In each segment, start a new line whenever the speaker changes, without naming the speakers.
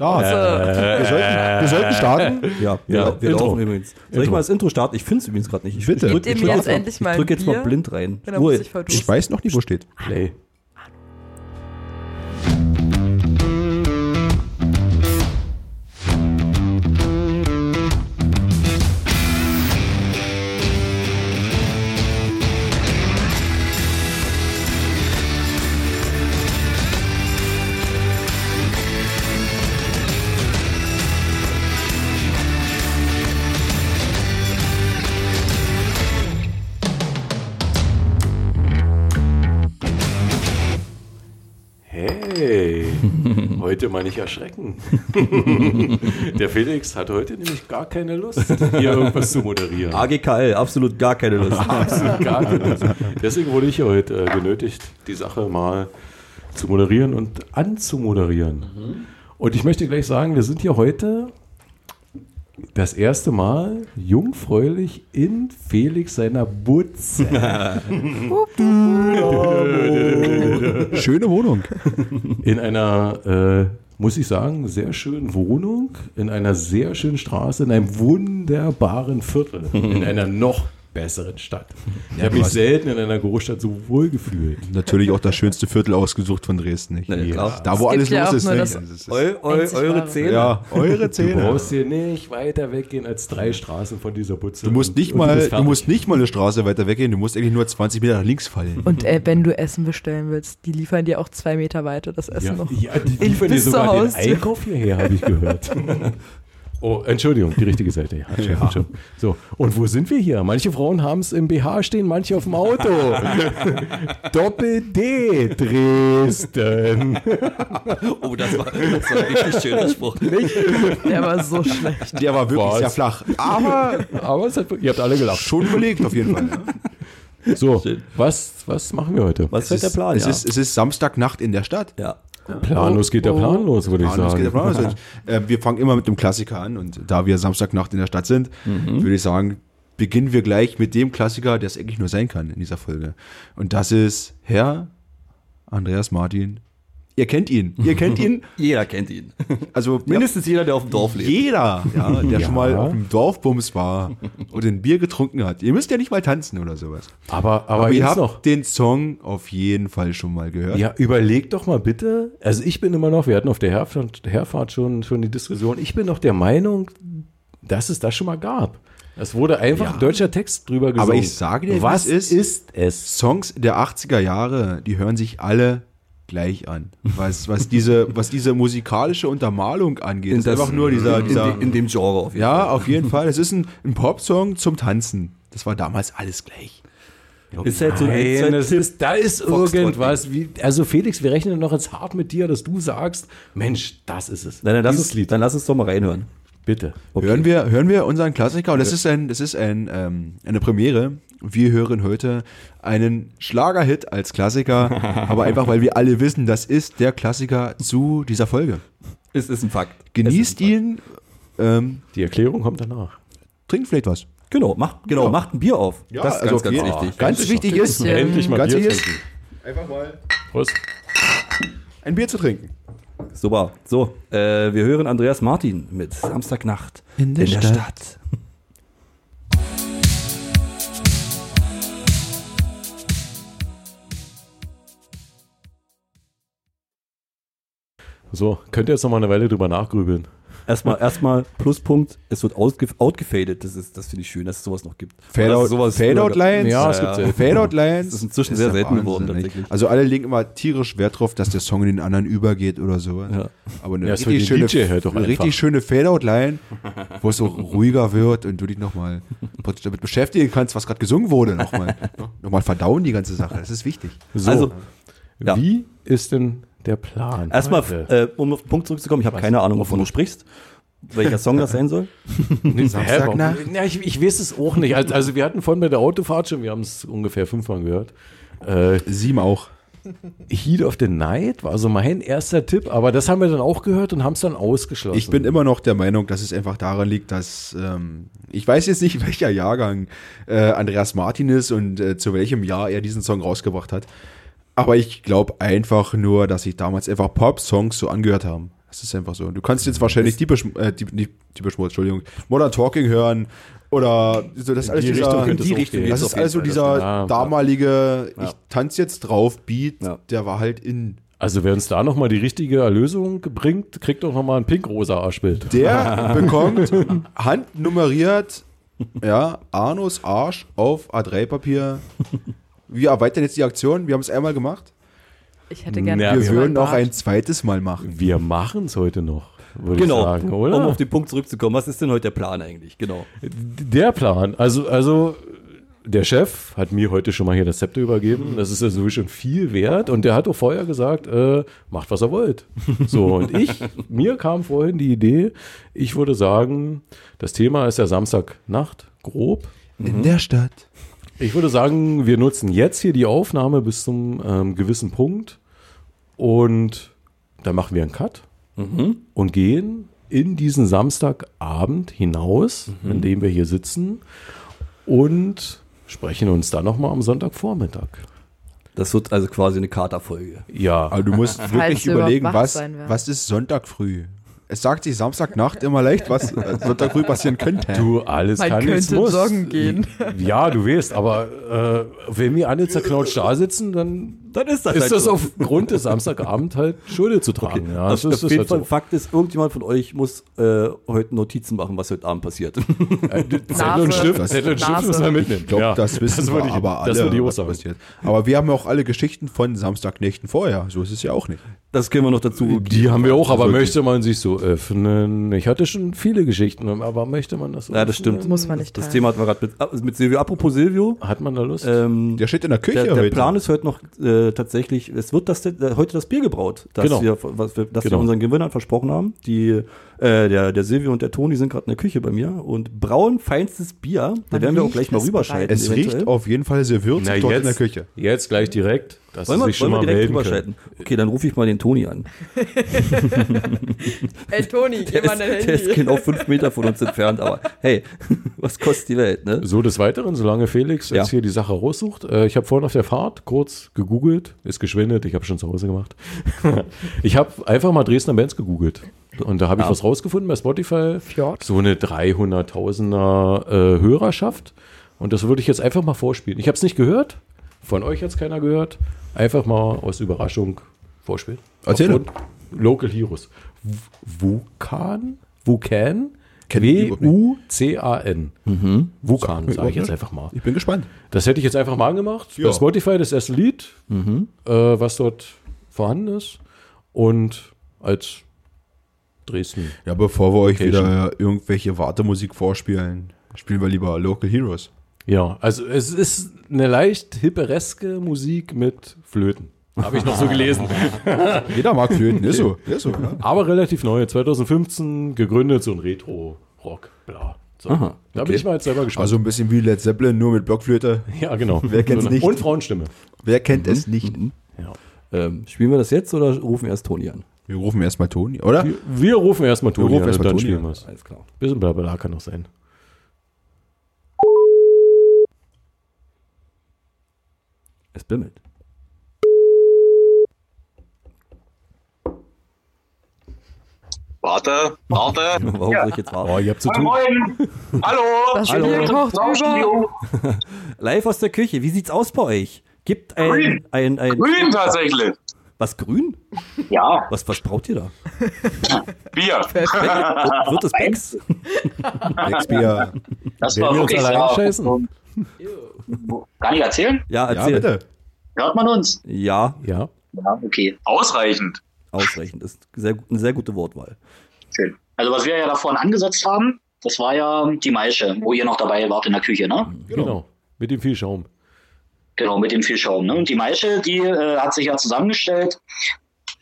Ja,
Also-
wir, sollten, wir sollten starten.
Ja,
Ja,
wir, wir
Intro.
laufen übrigens. Soll ich
Intro.
mal das Intro starten? Ich finde es übrigens gerade nicht. Ich,
Bitte.
ich drück-
Gib
ich
mir
drück
jetzt
mal-
endlich mal
Ich drück jetzt
ein
mal
Bier.
blind rein.
Ja,
Ruhe.
muss ich
Ich
verdursten.
weiß noch nicht, wo steht.
Play.
Hey, heute mal nicht erschrecken. Der Felix hat heute nämlich gar keine Lust, hier irgendwas zu moderieren.
AGKL, absolut gar keine Lust.
Absolut gar keine Lust. Deswegen wurde ich ja heute äh, genötigt, die Sache mal zu moderieren und anzumoderieren. Und ich möchte gleich sagen, wir sind hier heute das erste Mal jungfräulich in Felix seiner Butze.
Schöne Wohnung.
In einer, äh, muss ich sagen, sehr schönen Wohnung, in einer sehr schönen Straße, in einem wunderbaren Viertel, in einer noch besseren Stadt. Ich habe mich selten in einer Großstadt so wohl gefühlt.
Natürlich auch das schönste Viertel ausgesucht von Dresden. Nicht?
Na ja, klar.
Da, wo
Es
alles
gibt ja
los
auch
ist.
nur
Nicht?
das-
Also es ist-
Eu, eu,
Einzig
eure
wahre.
Zähne.
ja, eure
Du
Zähne.
brauchst hier nicht weiter weggehen als drei Straßen von dieser Butze.
Du musst, nicht mal, du musst nicht mal eine Straße weiter weggehen, du musst eigentlich nur 20 Meter nach links fallen.
Und äh, wenn du Essen bestellen willst, die liefern dir auch zwei Meter weiter das Essen
ja,
noch.
ja, die
Ich
liefern dir
bis zur
sogar den
Haustür.
Einkauf hierher, habe ich gehört. Oh, Entschuldigung, die richtige Seite. Ja, stimmt, stimmt. So, und wo sind wir hier? Manche Frauen haben es im BH stehen, manche auf dem Auto. Doppel D, Dresden.
Oh, das war, das war ein richtig schöner Spruch.
Der war so schlecht.
Der war wirklich
Was?
sehr flach. Aber
Aber es hat, ihr habt alle gelacht.
schon überlegt auf jeden Fall. ne?
So, was, was machen wir heute?
Was ist heute der Plan?
es,
ja.
ist, es ist Samstagnacht in der Stadt.
ja.
Planlos geht der Plan los, würde ich
Planlos Ah, geht der
sagen.
Plan aus. Und, äh, wir fangen immer mit dem Klassiker an und da wir Samstagnacht in der Stadt sind,
Mhm.
würde ich sagen, beginnen wir gleich mit dem Klassiker, der es eigentlich nur sein kann in dieser Folge. Und das ist Herr Andreas Martin. Ihr kennt ihn. Ihr kennt ihn.
Jeder kennt ihn.
Also
Mindestens jeder, der auf dem Dorf lebt.
jeder, ja, der
Ja.
schon mal auf dem Dorfbums war und ein Bier getrunken hat. Ihr müsst ja nicht mal tanzen oder sowas.
Aber, aber,
Aber
jetzt
ihr habt
noch.
den Song auf jeden Fall schon mal gehört.
Ja, überleg doch mal bitte. Also ich bin immer noch, wir hatten auf der Herfahrt, Herfahrt schon, schon die Diskussion, ich bin noch der Meinung, dass es das schon mal gab. Es wurde einfach ein deutscher Text drüber gesungen.
Aber ich sage dir, wie
was
es
ist,
ist.
es?
Songs der 80er Jahre, die hören sich alle gleich an. Was, was, diese, was diese musikalische Untermalung angeht. ist einfach nur dieser, dieser
in, in dem Genre auf jeden
ja, auf jeden Fall. Es ist ein, ein Popsong zum Tanzen. Das war damals alles gleich.
Fall. Ist halt so ein- ist
Nein,
halt
es ist, da ist
Foxtrot
irgendwas. Wie, also Felix, wir rechnen noch jetzt hart mit dir, dass du sagst, Mensch, das ist es.
Nein, dann lass,
Dieses
uns,
Lied.
dann lass uns doch mal reinhören.
Bitte.
Hören, wir, hören wir unseren Klassiker. Und das ist, ein, das ist ein, ähm, eine Premiere. Wir hören heute einen Schlagerhit als Klassiker. aber einfach, weil wir alle wissen, das ist der Klassiker zu dieser Folge.
Es ist ein Fakt.
Genießt
Es ist ein Fakt.
ihn. Ähm,
Die Erklärung kommt danach.
trinkt vielleicht was.
Genau, macht, genau, macht ein Bier auf.
Ja,
das ist
also
ganz, ganz
auf jeden-
wichtig.
Ganz wichtig ist,
Ja.
Endlich mal
Ganz
Bier
ehrlich?
trinken.
einfach mal
Prost.
ein Bier zu trinken.
Super. So, äh, wir hören Andreas Martin mit Samstagnacht
In der Stadt.
So, könnt ihr jetzt noch mal eine Weile drüber nachgrübeln.
Erstmal, erstmal Pluspunkt, es wird outge- outgefadet. Das, ist- das finde ich schön, dass es sowas noch gibt. Dass
Fadeout,
es sowas
Fadeout
früher gab.
Lines.
Ja, es gibt selten.
Fadeout Lines.
Das ist inzwischen sehr
ja
selten geworden,
Wahnsinn,
tatsächlich.
ey. Also alle legen immer tierisch Wert drauf, dass der Song in den anderen übergeht oder so.
Ja.
Aber eine
Ja, ist für
richtig
den
schöne,
DJ halt doch
eine richtig
einfach.
schöne Fadeout Line, wo es auch ruhiger wird und du dich nochmal damit beschäftigen kannst, was gerade gesungen wurde. Nochmal nochmal verdauen die ganze Sache. Das ist wichtig.
So,
Also, ja.
wie ist denn der Plan?
Erstmal,
heute?
äh, um auf den Punkt zurückzukommen, ich habe keine Ahnung, wovon du sprichst, welcher Song das sein soll.
Hä, warum?
Samstagnacht.
Na, ich, ich weiß es auch nicht. Also, also wir hatten vorhin bei der Autofahrt schon, wir haben es ungefähr fünfmal gehört. Äh,
Sieben auch.
Heat of the Night war so mein erster Tipp, aber das haben wir dann auch gehört und haben es dann ausgeschlossen.
Ich bin immer noch der Meinung, dass es einfach daran liegt, dass ähm, ich weiß jetzt nicht, welcher Jahrgang äh, Andreas Martin ist und äh, zu welchem Jahr er diesen Song rausgebracht hat. Aber ich glaube einfach nur, dass sich damals einfach Pop-Songs so angehört haben. Das ist einfach so. Du kannst jetzt wahrscheinlich Deepish, äh, Deep, nicht Deepish Mode, Entschuldigung, Modern Talking hören oder so, das ist alles
die
dieser,
Richtung könnte
in die
es auch
Richtung.
gehen.
Das
Auf
ist
jeden
also
Fall, das- Ah,
dieser
Ja.
damalige,
Ja.
ich tanze jetzt drauf, Beat,
Ja.
der war halt in.
Also wer uns da nochmal die richtige Erlösung bringt, kriegt doch nochmal ein pink-rosa Arschbild.
Der bekommt handnummeriert, ja, Arnos Arsch auf A3-Papier. Wir erweitern jetzt die Aktion, wir haben es einmal gemacht.
Ich hätte gerne
Ja,
wir
wir-
diesmal
würden auch
Bart.
ein zweites Mal machen.
Wir machen es heute noch, würde ich sagen, oder?
um auf den Punkt zurückzukommen. Was ist denn heute der Plan eigentlich? Genau.
Der Plan, also, also der Chef hat mir heute schon mal hier das Zepter übergeben. Das ist ja sowieso schon viel wert. Und der hat auch vorher gesagt, äh, macht was ihr wollt. So, und ich, mir kam vorhin die Idee, ich würde sagen, das Thema ist ja Samstagnacht, grob.
In der Stadt.
Ich würde sagen, wir nutzen jetzt hier die Aufnahme bis zum ähm, gewissen Punkt und dann machen wir einen Cut und gehen in diesen Samstagabend hinaus, in dem wir hier sitzen und sprechen uns dann nochmal am Sonntagvormittag.
Das wird also quasi eine Katerfolge.
Ja,
Aber Also du musst wirklich
Falls wir überhaupt
überlegen,
wach
was,
sein werden.
was ist Sonntag früh? Es sagt sich Samstagnacht immer leicht, was äh, Sonntag früh passieren könnte.
du, alles
Man
kann nichts
könnte
muss.
joggen gehen.
Ja, du weißt, aber äh, wenn wir alle zerknautscht da sitzen, dann
Dann ist das
ist
halt
das
so.
aufgrund des Samstagabend halt Schulde zu tragen. Ja,
das
so
auf
ist das
jeden
halt
Fall
so.
Fakt ist, irgendjemand von euch muss äh, heute Notizen machen, was heute Abend passiert.
Zettel und
Nase.
Stift,
Das-
Zettel und Stift
Nase.
müssen wir mitnehmen.
Ich glaube,
Ja,
das wissen
würde
wir
ich-
aber alle,
Das würde ich auch
was
sagen.
passiert. Aber wir haben ja auch alle Geschichten von Samstagnächten vorher. So ist es ja auch nicht.
Das können wir noch dazu.
Die haben wir auch, aber
Also,
möchte man sich so öffnen? Ich hatte schon viele Geschichten, aber möchte man das?
Ja, das stimmt.
Muss man nicht
Das
teilen.
Thema hatten wir gerade mit, ah, mit Silvio. Apropos Silvio.
Hat man da Lust?
Ähm,
Der steht in der Küche
der, der
heute.
Plan ist heute noch äh, tatsächlich, es wird das, äh, heute das Bier gebraut, das,
Genau.
wir, was wir, das
Genau.
wir unseren Gewinnern versprochen haben. Die, äh, der, der Silvio und der Toni sind gerade in der Küche bei mir und brauen feinstes Bier. Da
Man
werden wir auch
riecht
gleich mal
es
rüberschalten.
es riecht auf jeden Fall sehr würzig
Na,
dort in der Küche.
jetzt gleich direkt, dass
Sollen
sie
wir,
sich schon
sollen wir
mal
direkt
melden können.
rüberschalten? Okay, dann rufe ich mal den Toni an.
Ey, Toni, geh
Der
mal
ist,
dein
der ist
Handy.
genau fünf Meter von uns entfernt, aber hey, was kostet die Welt, ne?
So des Weiteren, solange Felix
Ja.
jetzt hier die Sache raussucht. Äh, ich habe vorhin auf der Fahrt kurz gegoogelt, ist geschwindet, ich habe schon zu Hause gemacht. ich habe einfach mal Dresdner Bands gegoogelt. Und da habe ich
Ja.
was rausgefunden bei Spotify.
Fjord.
So eine 300.000er äh, Hörerschaft. Und das würde ich jetzt einfach mal vorspielen. Ich habe es nicht gehört. Von euch hat es keiner gehört. Einfach mal aus Überraschung vorspielen.
Erzähl.
Aufgrund- Local Heroes. W- Wukan? Wukan?
Kenn ich überhaupt nicht.
W-U-C-A-N. Wukan, sage Mhm. ich jetzt einfach mal.
Ich bin gespannt.
Das hätte ich jetzt einfach mal angemacht.
Ja.
Bei Spotify das erste Lied, äh, was dort vorhanden ist. Und als Dresden.
Ja, bevor wir euch
Okay,
wieder irgendwelche Wartemusik vorspielen, spielen wir lieber Local Heroes.
Ja, also es ist eine leicht hippereske Musik mit Flöten. Habe ich noch so gelesen.
Jeder mag Flöten, ist so. Ist so ja.
Aber relativ neu, 2015 gegründet, so ein Retro-Rock, bla. So.
Aha,
Da
okay.
bin ich mal jetzt selber gespannt.
Also ein bisschen wie Led Zeppelin, nur mit Blockflöte.
ja, genau.
Wer kennt's nicht?
Und Frauenstimme.
Wer kennt es nicht?
Ja.
Ähm, spielen wir das jetzt oder rufen wir erst Toni an?
Wir rufen erstmal Toni, oder?
Wir, wir rufen erstmal Toni,
rufen
an,
erstmal
dann
Toni
spielen
an.
wir es.
Alles klar.
Bisschen Blabla kann noch sein.
Es bimmelt.
Warte, warte.
Warum soll ich jetzt warten?
Oh, ihr habt zu tun.
Moin. Hallo.
Das Spiel kocht über.
Live aus der Küche, wie sieht's aus bei euch? Gibt ein.
Grün.
ein, ein
Grün tatsächlich.
Was grün?
Ja.
Was, was braucht ihr da?
Bier. Ah,
Wird, wird das Becks?
Shakespeare.
Das
Werden wir uns alle
ja,
reinscheißen?
Kann ich erzählen?
Ja,
Ja,
erzähl.
bitte.
Hört man uns?
Ja,
Ja.
Ja, okay. Ausreichend.
ausreichend. Ist sehr, gut- eine sehr gute Wortwahl.
Schön. Also was wir ja da vorhin angesetzt haben, das war ja die Maische, wo ihr noch dabei wart in der Küche, ne?
Genau. Mit dem viel Schaum.
Genau, mit dem viel Schaum. Ne? Und die Maische, die äh, hat sich ja zusammengestellt.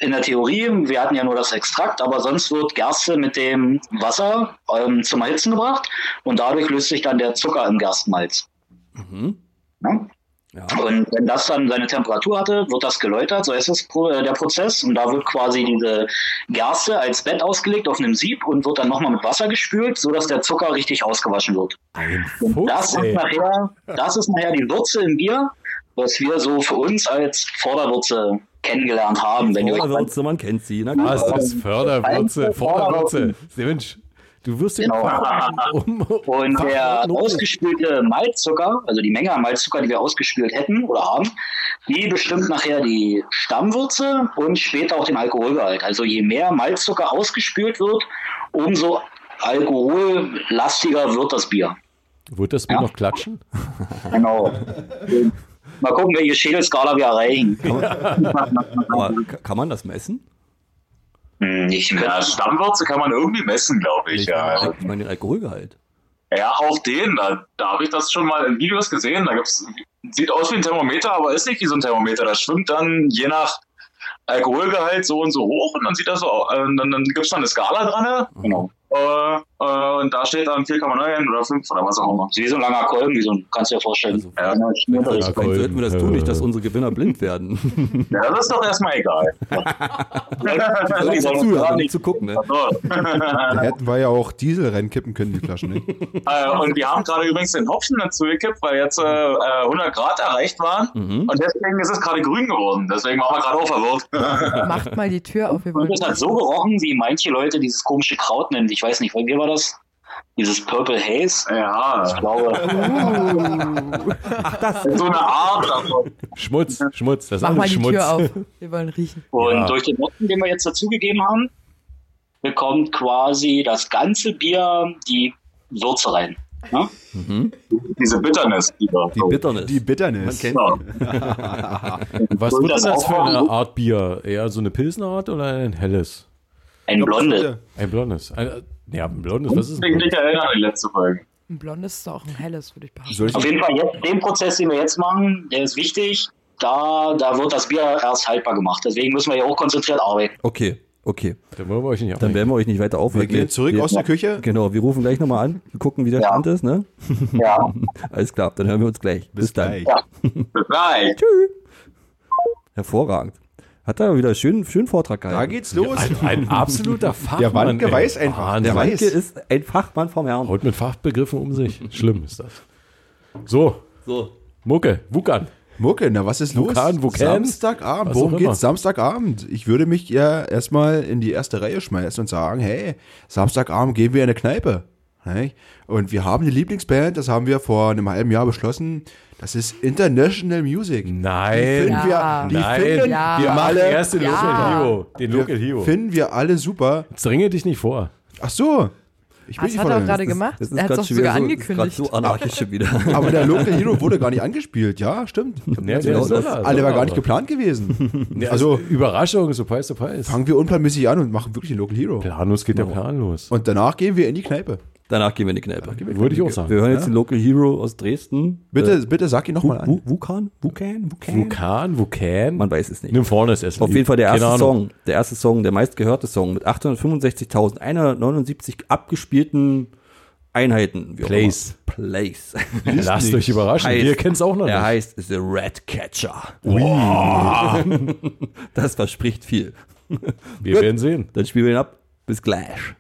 In der Theorie, wir hatten ja nur das Extrakt, aber sonst wird Gerste mit dem Wasser ähm, zum Malzen gebracht und dadurch löst sich dann der Zucker im Gerstenmalz.
Mhm.
Ne?
Ja.
Und wenn das dann seine Temperatur hatte, wird das geläutert, so ist es pro- äh, der Prozess. Und da wird quasi diese Gerste als Bett ausgelegt auf einem Sieb und wird dann nochmal mit Wasser gespült, sodass der Zucker richtig ausgewaschen wird.
Ein
Und das,
Fuchs,
ist
ey.
nachher, das ist nachher die Würze im Bier, was wir so für uns als Vorderwürze kennengelernt haben. Wenn ihr euch mal-
Vorderwürze, man kennt sie. Na
Was
klar.
ist Förderwürze? Vorderwürze. Mensch, du wirst den
Genau.
Fach- um, um
Und der
Fachordnung-
ausgespülte Malzzucker, also die Menge an Malzzucker, die wir ausgespült hätten oder haben, die bestimmt nachher die Stammwürze und später auch den Alkoholgehalt. Also je mehr Malzzucker ausgespült wird, umso alkohollastiger wird das Bier.
Wird das Bier
Ja.
noch klatschen?
Genau. Mal gucken, welche Schädelskala wir erreichen.
Aber ka- kann man das messen?
Hm, Nicht mehr.
Ja, Stammwürze kann man irgendwie messen, glaube ich. Ja.
Ich meine den Alkoholgehalt.
ja, auch den. Da, da habe ich das schon mal in Videos gesehen. Da gibt's, sieht aus wie ein Thermometer, aber ist nicht wie so ein Thermometer. Das schwimmt dann je nach Alkoholgehalt so und so hoch und dann sieht das so aus. Äh, Dann, dann gibt es dann eine Skala dran. ne?
Genau.
Äh, äh, und da steht dann 4,9 oder 5 oder was auch immer.
Wie so ein langer Kolben, wie so ein, kannst du dir vorstellen.
Also,
Ja, ein
Vielleicht
Schmierberes-
Alkohol.
sollten wir das tun, nicht,
Äh.
dass unsere Gewinner blind werden.
Ja, das ist doch erstmal egal.
Vielleicht
sollen
dazu,
uns
aber
gar
nicht
nicht-
zu gucken. Ne?
So.
Da hätten wir ja auch Diesel reinkippen können, die Flaschen. Ne?
Äh, und wir haben gerade übrigens den Hopfen dazu gekippt, weil jetzt äh, äh, 100 Grad erreicht waren.
Mhm.
Und deswegen ist es gerade grün geworden. Deswegen waren wir gerade auch verwirrt.
Macht mal die Tür auf, wir
Und
wollen.
das hat so gerochen, wie manche Leute dieses komische Kraut nennen. Ich weiß nicht, wie war das? Dieses Purple Haze? Ich
Ja,
glaube,
so eine Art also davon.
Schmutz, Schmutz, das ist
Mach mal
alles
die
Schmutz.
Tür auf. Wir wollen riechen.
und
Ja.
durch den Noten, den wir jetzt dazugegeben haben, bekommt quasi das ganze Bier die Würze rein. Ja?
Diese Bitterness, die da
Die Bitternis.
Oh, Die
man
Bitternis.
kennt
Ja.
Was
Soll
wird
das
denn das
auch
für eine
machen?
Art Bier? Eher so eine Pilsnerart oder ein helles?
Ein Blondes.
Ein blondes. Ein, ja, ein blondes, was ist
Deswegen
ein
nicht erinnern an die letzte Folge.
Ein blondes ist doch auch ein helles, würde ich behaupten.
Soll ich
Auf jeden Fall, jetzt, den Prozess, den wir jetzt machen, der ist wichtig. Da, da wird das Bier erst haltbar gemacht. Deswegen müssen wir hier auch konzentriert arbeiten.
Okay, okay.
Dann wollen wir euch nicht
Dann
ablenken.
werden wir euch nicht weiter
wir
aufwecken.
gehen zurück
wir,
aus der Küche.
Genau, wir rufen gleich nochmal an. Wir gucken, wie der
Ja.
Stand ist. Ne?
Ja.
Alles klar, dann hören wir uns gleich. Bis, dann.
gleich.
Nein.
Hervorragend. Hat er wieder schön, schönen Vortrag gehalten.
Da geht's los.
Ein absoluter Fachmann.
Der Wanke
ey.
weiß einfach. Der
Wahnsinn.
weiß.
Danke ist ein Fachmann vom Herrn.
Haut mit Fachbegriffen um sich. Schlimm ist das. So,
So.
Mucke, Wuckern.
Mucke, na was ist los?
Vulkan, Vulkan?
Samstagabend,
Was
worum
auch immer.
geht's Samstagabend? Ich würde mich ja erstmal in die erste Reihe schmeißen und sagen, hey, Samstagabend gehen wir in eine Kneipe. Ne? Und wir haben eine Lieblingsband, das haben wir vor einem halben Jahr beschlossen. Das ist International Music. Die
Nein.
finden
Ja.
wir, die
Nein.
finden
Ja.
wir
Wir machen
alle,
erst den
Ja.
Local Hero. Den Local Hero.
finden wir alle super.
Dränge dich nicht vor.
Ach so. Ich bin nicht
Ah, Das hat er
von
auch gerade
der-
gemacht.
Das ist
Er hat
grad
es doch
schon wieder
sogar
so,
angekündigt.
Ist grad so anarchisch schon wieder.
Aber der Local Hero wurde gar nicht angespielt, ja, stimmt. Also,
Nee,
genau, das-
Alle war gar nicht geplant gewesen.
also,
Also
Überraschung, surprise, surprise.
fangen wir unplanmäßig an und machen wirklich den Local Hero.
Planlos geht der Plan los.
Und danach gehen wir in die Kneipe.
Danach gehen wir in die Kneipe.
Würde ich auch
Wir
sagen.
hören jetzt den Local Hero aus Dresden. Äh,
Bitte, bitte sag ihn nochmal an.
Wu- Wukan? Wukan? Wukan?
Vulkan, Vulkan.
Man weiß es nicht.
Nimm vorne das Essen.
Auf jeden Fall der
Ne, Keine
erste
Ahnung.
Song, der erste Song, der meistgehörte Song mit 865.179 abgespielten Einheiten. wie auch
Plays.
immer. Plays.
Lasst euch überraschen.
Heißt-
Ihr kennt es auch noch
Er
nicht.
heißt The Red Catcher. Das verspricht viel.
Wir
Gut.
werden sehen.
Dann spielen wir ihn ab. Bis gleich.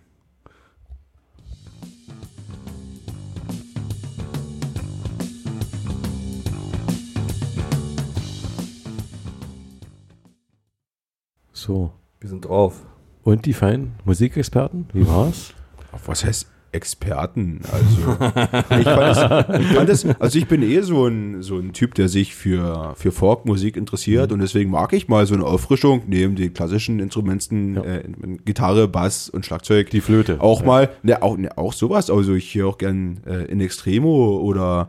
So.
Wir sind drauf.
Und die feinen Musikexperten? Wie war's?
Was heißt Experten? Also ich fand es, ich fand es, also ich bin eh so ein, so ein Typ, der sich für, für Folkmusik interessiert und deswegen mag ich mal so eine Auffrischung neben den klassischen Instrumenten, äh, Gitarre, Bass und Schlagzeug.
Die Flöte.
Auch mal, ne, auch, ne, auch sowas. Also ich höre auch gern äh, in Extremo oder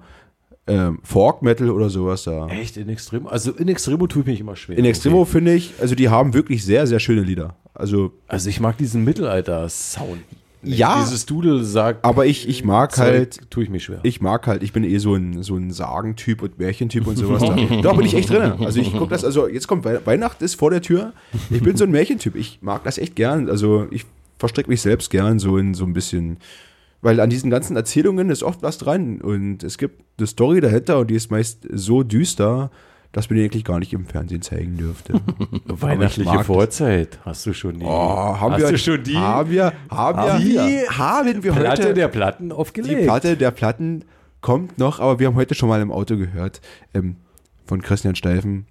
ähm, Folk Metal oder sowas da.
Echt in Extremo? Also in Extremo tue ich mich immer schwer.
In Extremo finde ich, also die haben wirklich sehr, sehr schöne Lieder. Also
Also ich mag diesen Mittelalter-Sound.
Ja.
Dieses Dudel sagt.
Aber ich, ich mag halt,
Tue ich mich schwer.
ich mag halt, ich bin eh so ein, so ein Sagentyp und Märchentyp und sowas. da, da bin ich echt drin. Also ich guck das, also jetzt kommt Wei- Weihnachten ist vor der Tür. Ich bin so ein Märchentyp. Ich mag das echt gern. Also ich verstricke mich selbst gern so in so ein bisschen. Weil an diesen ganzen Erzählungen ist oft was dran und es gibt eine Story dahinter und die ist meist so düster, dass man die eigentlich gar nicht im Fernsehen zeigen dürfte.
Weihnachtliche
aber ich mag
Vorzeit. Hast du schon die?
Oh, haben
hast
wir,
du schon die?
Haben wir, haben
Haben
wir, haben wir
Platte
heute
der Platten
Die
aufgelegt.
Platte der Platten kommt noch, aber wir haben heute schon mal im Auto gehört ähm, von Christian Steifen.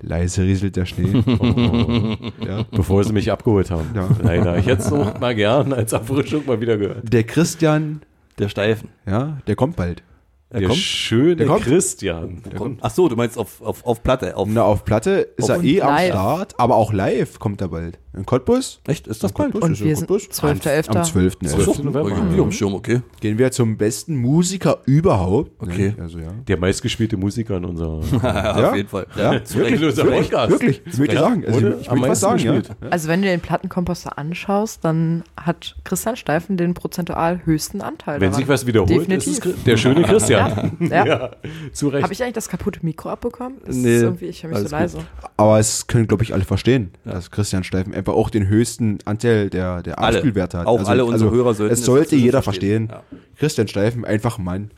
Leise rieselt der Schnee. ja.
Bevor sie mich abgeholt haben.
Ja.
Leider. Ich hätte es auch mal gern als Erfrischung mal wieder gehört.
Der Christian,
Der Steifen.
ja, der kommt bald.
Er
der
kommt.
schöne
Der kommt.
Christian.
Ach so, du meinst auf, auf, auf Platte. Auf,
Na, auf Platte ist er
Und
eh am
live.
Start, aber auch live kommt er bald. In Cottbus?
echt? Ist das
In Cottbus
bald?
Und
ist er
wir
in
sind
Cottbus.
12.11..
Am 12.
Ach so,
12. November.
irgendwie auf dem Schirm, okay.
Gehen wir zum besten Musiker überhaupt. ne?
Okay.
Also, ja.
Der meistgespielte Musiker in unserer.
Ja?
Auf jeden Fall.
Ja,
zu Recht.
unser Podcast.
Wirklich, ich möchte
Ja,
sagen. Also,
wurde
ich- ich
am
möchte was sagen,
meisten
ja.
gespielt.
ja.
Also wenn du den Plattenkomposter anschaust, dann hat Christian Steifen den prozentual höchsten Anteil.
Wenn
daran.
sich was wiederholt,
Definitiv.
ist es Chri- der schöne
ja,
Christian.
ja.
Zu Recht.
Habe ich eigentlich das kaputte Mikro abbekommen? Ist
Nee,
irgendwie, ich höre mich so
alles gut.
leise.
Aber es können, glaube ich, alle verstehen, dass Christian Steifen einfach auch den höchsten Anteil der, der
Alle.
Abspielwerte hat. Also,
Auch alle unsere Hörer sollten
Es
es
sollte
inzwischen
jeder verstehen.
verstehen.
Christian Steifen, einfach ein Mann.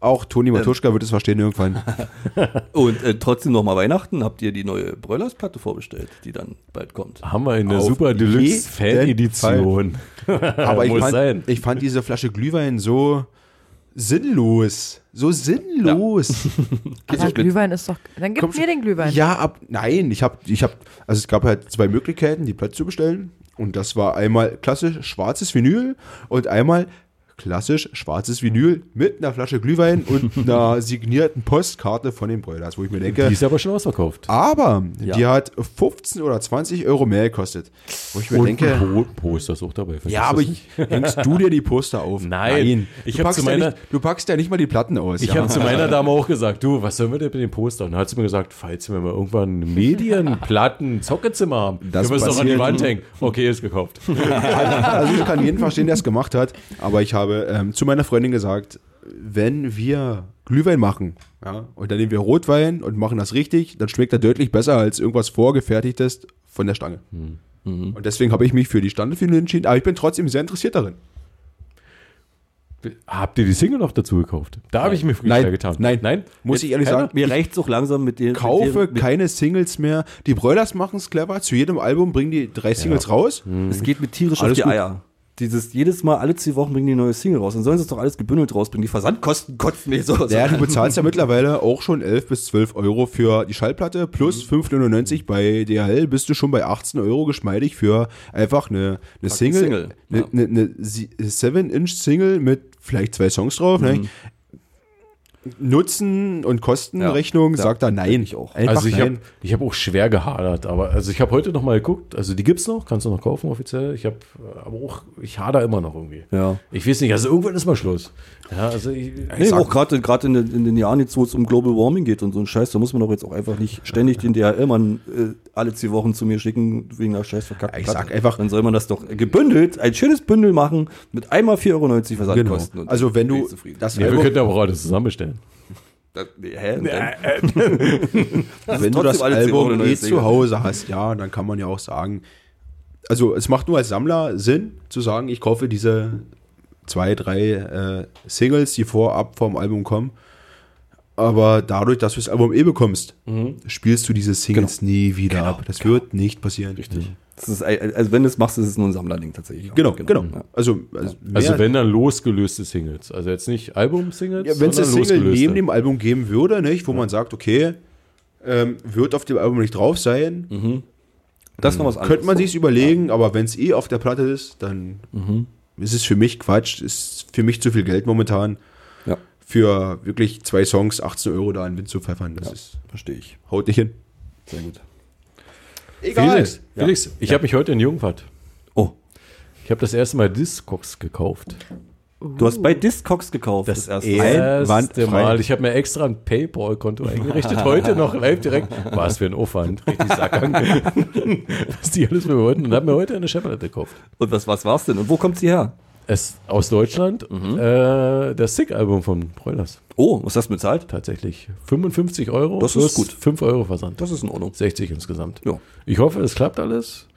Auch Toni Matuschka wird es verstehen irgendwann.
Und äh, trotzdem nochmal Weihnachten habt ihr die neue Broilers-Platte vorbestellt, die dann bald kommt.
haben wir eine
Auf
super
jeden
Deluxe Fan-Edition.
Aber ich
Muss sein.
fand, ich fand diese Flasche Glühwein so sinnlos. So sinnlos. Also,
Aber Glühwein ist doch... Dann gib mir den
Ja,
Glühwein.
ab, nein, ich habe, ich hab, also es gab halt zwei Möglichkeiten, die Platte zu bestellen. Und das war einmal klassisch schwarzes Vinyl und einmal klassisch schwarzes Vinyl mit einer Flasche Glühwein und einer signierten Postkarte von den Broilers, wo ich mir denke,
Die ist aber schon ausverkauft.
aber die
Ja.
hat 15 oder 20 Euro mehr gekostet. Wo ich mir
Und
denke,
ein Po- Poster ist auch dabei. Vergiss
Ja, aber
das
ich, hängst du dir die Poster auf?
Nein.
Ich
Ich
du,
hab
packst
zu
ja
meiner-
nicht, du packst ja nicht mal die Platten aus.
Ich
ja.
habe zu meiner Dame auch gesagt, du, was sollen wir denn mit dem Poster? Und dann hat sie mir gesagt, falls wir mal irgendwann Medien, Platten, Zockezimmer haben,
Das
können wir es doch an die
passiert.
Wand hängen. Okay, ist gekauft.
also ich kann jeden verstehen, der es gemacht hat. Aber ich habe ähm, zu meiner Freundin gesagt, wenn wir Glühwein machen ja, und dann nehmen wir Rotwein und machen das richtig, dann schmeckt er deutlich besser als irgendwas vorgefertigtes von der Stange. Und deswegen habe ich mich für die Standardfinale entschieden. Aber ich bin trotzdem sehr interessiert darin.
Habt ihr die Single noch dazu gekauft? Da habe ich mir früher
Nein,
getan.
nein,
nein.
Muss ich ehrlich sagen,
Mir reicht's auch langsam mit den. mit
kaufe
deren- mit,
keine Singles mehr. Die Broilers machen es clever. Zu jedem Album bringen die drei Singles raus.
Es geht mit tierisch
Alles
auf die
gut.
Eier. Dieses jedes Mal alle zwei Wochen bringen die neue Single raus. Dann sollen sie es doch alles gebündelt rausbringen. Die Versandkosten kotzen mich so.
Ja, du bezahlst ja mittlerweile auch schon 11 bis 12 Euro für die Schallplatte plus
Mhm.
5,99 bei DHL bist du schon bei 18 Euro geschmeidig für einfach eine, eine Single,
Single,
eine,
ja.
eine, eine Sie- 7-Inch-Single mit vielleicht zwei Songs drauf.
Mhm.
Ne? Nutzen und Kostenrechnung
Ja, ja,
sagt er nein.
ich auch.
Einfach
also ich habe
nein.
ich hab auch schwer gehadert, aber also ich habe heute noch mal geguckt, also die gibt's noch, kannst du noch kaufen offiziell. Ich habe aber auch ich hader immer noch irgendwie.
Ja.
Ich weiß nicht, also irgendwann ist mal Schluss. Ja, also ich,
Nee, auch gerade gerade in, den- in den Jahren jetzt, wo es um Global Warming geht und so ein Scheiß, da muss man doch jetzt auch einfach nicht ständig den DHL-Mann äh, alle zwei Wochen zu mir schicken wegen einer scheiß verkackten
Ich sag
Platte.
einfach-
Dann soll man das doch gebündelt, ein schönes Bündel machen mit einmal 4,90 Euro
Genau.
Versandkosten. und
Also wenn
bin
du
ich zufrieden.
das
ja, wir
Album,
könnten aber auch alles zusammenbestellen.
Das, hä? Und dann,
äh, wenn du das
trotzdem alle zehn Euro
Album
neue
eh
Single.
zu Hause hast, ja, dann kann man ja auch sagen, also es macht nur als Sammler Sinn zu sagen, ich kaufe diese zwei, drei äh, Singles, die vorab vom Album kommen. Aber dadurch, dass du das Album eh bekommst, spielst du diese Singles nie wieder ab. Das wird nicht passieren. Genau. Richtig.
das ist, ein- also wenn du es machst, ist es nur ein Sammlerding tatsächlich.
Genau, genau. Also, also,
Also
mehr-
wenn dann losgelöste Singles. Also jetzt nicht Album-Singles,
Ja, wenn es
sondern
das Single
losgelöste.
neben dem Album geben würde, nicht, wo man sagt, okay, ähm, wird auf dem Album nicht drauf sein,
Mhm.
Hm.
Das ist noch was anderes.
könnte man sich's überlegen, aber wenn es eh auf der Platte ist, dann
Mhm.
ist es für mich Quatsch, ist für mich zu viel Geld momentan.
Ja.
Für wirklich zwei Songs 18 Euro da in den Wind zu pfeffern, das ist,
Verstehe ich.
haut nicht hin.
Sehr gut.
Egal.
Felix, Felix ich habe mich heute in Jungfahrt.
Oh,
Ich habe das erste Mal Discogs gekauft.
du hast bei Discogs gekauft. Das,
E
erste Mal.
Einwandfrei.
Erste Mal. Ich habe mir extra ein Paypal-Konto eingerichtet. Heute noch live direkt. Was für ein Aufwand. Richtig Sackgang. Was die alles für wollten. Und habe mir heute eine Schallplatte gekauft.
Und was, was war's denn? Und wo kommt sie her?
Es, aus Deutschland.
Mhm.
Äh, das Sick-Album von Broilers.
Oh, was hast du bezahlt?
Tatsächlich. 55 Euro.
Das ist gut.
5 Euro Versand.
Das ist in Ordnung.
60 insgesamt.
Ja.
Ich hoffe, es klappt alles.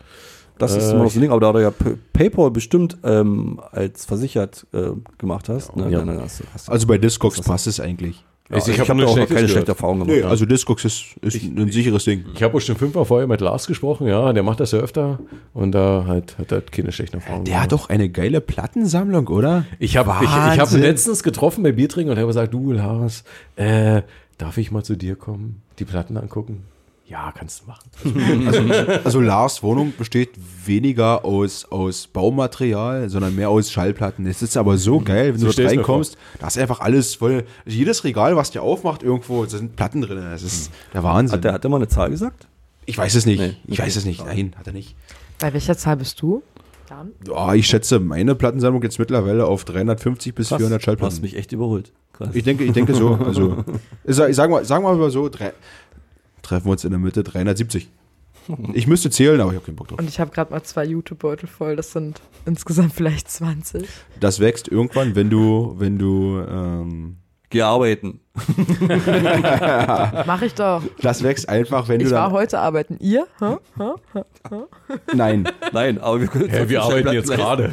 Das
Äh,
ist immer noch so ein Ding, aber da du ja P- PayPal bestimmt ähm, als versichert äh, gemacht hast, ne,
Ja.
dann hast du. Hast du
Also bei Discogs passt es eigentlich.
ja, ich
hab
hab da
nur
auch noch
Schlechtes
keine
gehört.
schlechte Erfahrung gemacht.
Nee, also Discogs ist, ist ein sicheres Ding.
Mhm.
Ich habe auch schon fünfmal vorher mit Lars gesprochen, ja, der macht das ja öfter und da halt, hat er keine schlechten Erfahrungen.
Der hat
gemacht.
doch eine geile Plattensammlung, oder?
Ich habe ich, ich hab ihn
Wahnsinn.
letztens getroffen bei Biertrinken und habe gesagt, du Lars, äh, darf ich mal zu dir kommen, die Platten angucken? Ja, kannst du machen.
Also Lars Wohnung besteht weniger aus, aus Baumaterial, sondern mehr aus Schallplatten. Es ist aber Mhm. so geil, wenn
So
du dort
stell's mir
reinkommst, da ist einfach alles voll. Also Jedes Regal, was der aufmacht, irgendwo, da sind Platten drin. Das ist Mhm. der Wahnsinn.
Hat der, hat der mal eine Zahl gesagt?
ich weiß es nicht.
Nee.
ich weiß es nicht. Nein, hat er nicht.
Bei welcher Zahl bist du? Jan?
Ja, Ah, ich schätze meine Plattensammlung jetzt mittlerweile auf 350 bis 400
du hast
Schallplatten.
mich echt überholt. Krass.
Ich denke, ich denke so. Also, ich sag, ich sag mal, sagen wir mal so, drei, treffen wir uns in der Mitte, 370. Ich müsste zählen, aber ich habe keinen Bock drauf.
Und ich habe gerade mal zwei Jutebeutel voll. Das sind insgesamt vielleicht 20.
Das wächst irgendwann, wenn du, wenn du, ähm,
Geh arbeiten.
Mache ich doch.
das wächst einfach, wenn du
Ich war
dann,
heute arbeiten. Ihr? Hä? Hä?
nein.
Nein, aber wir können
Hey, wir arbeiten jetzt gerade.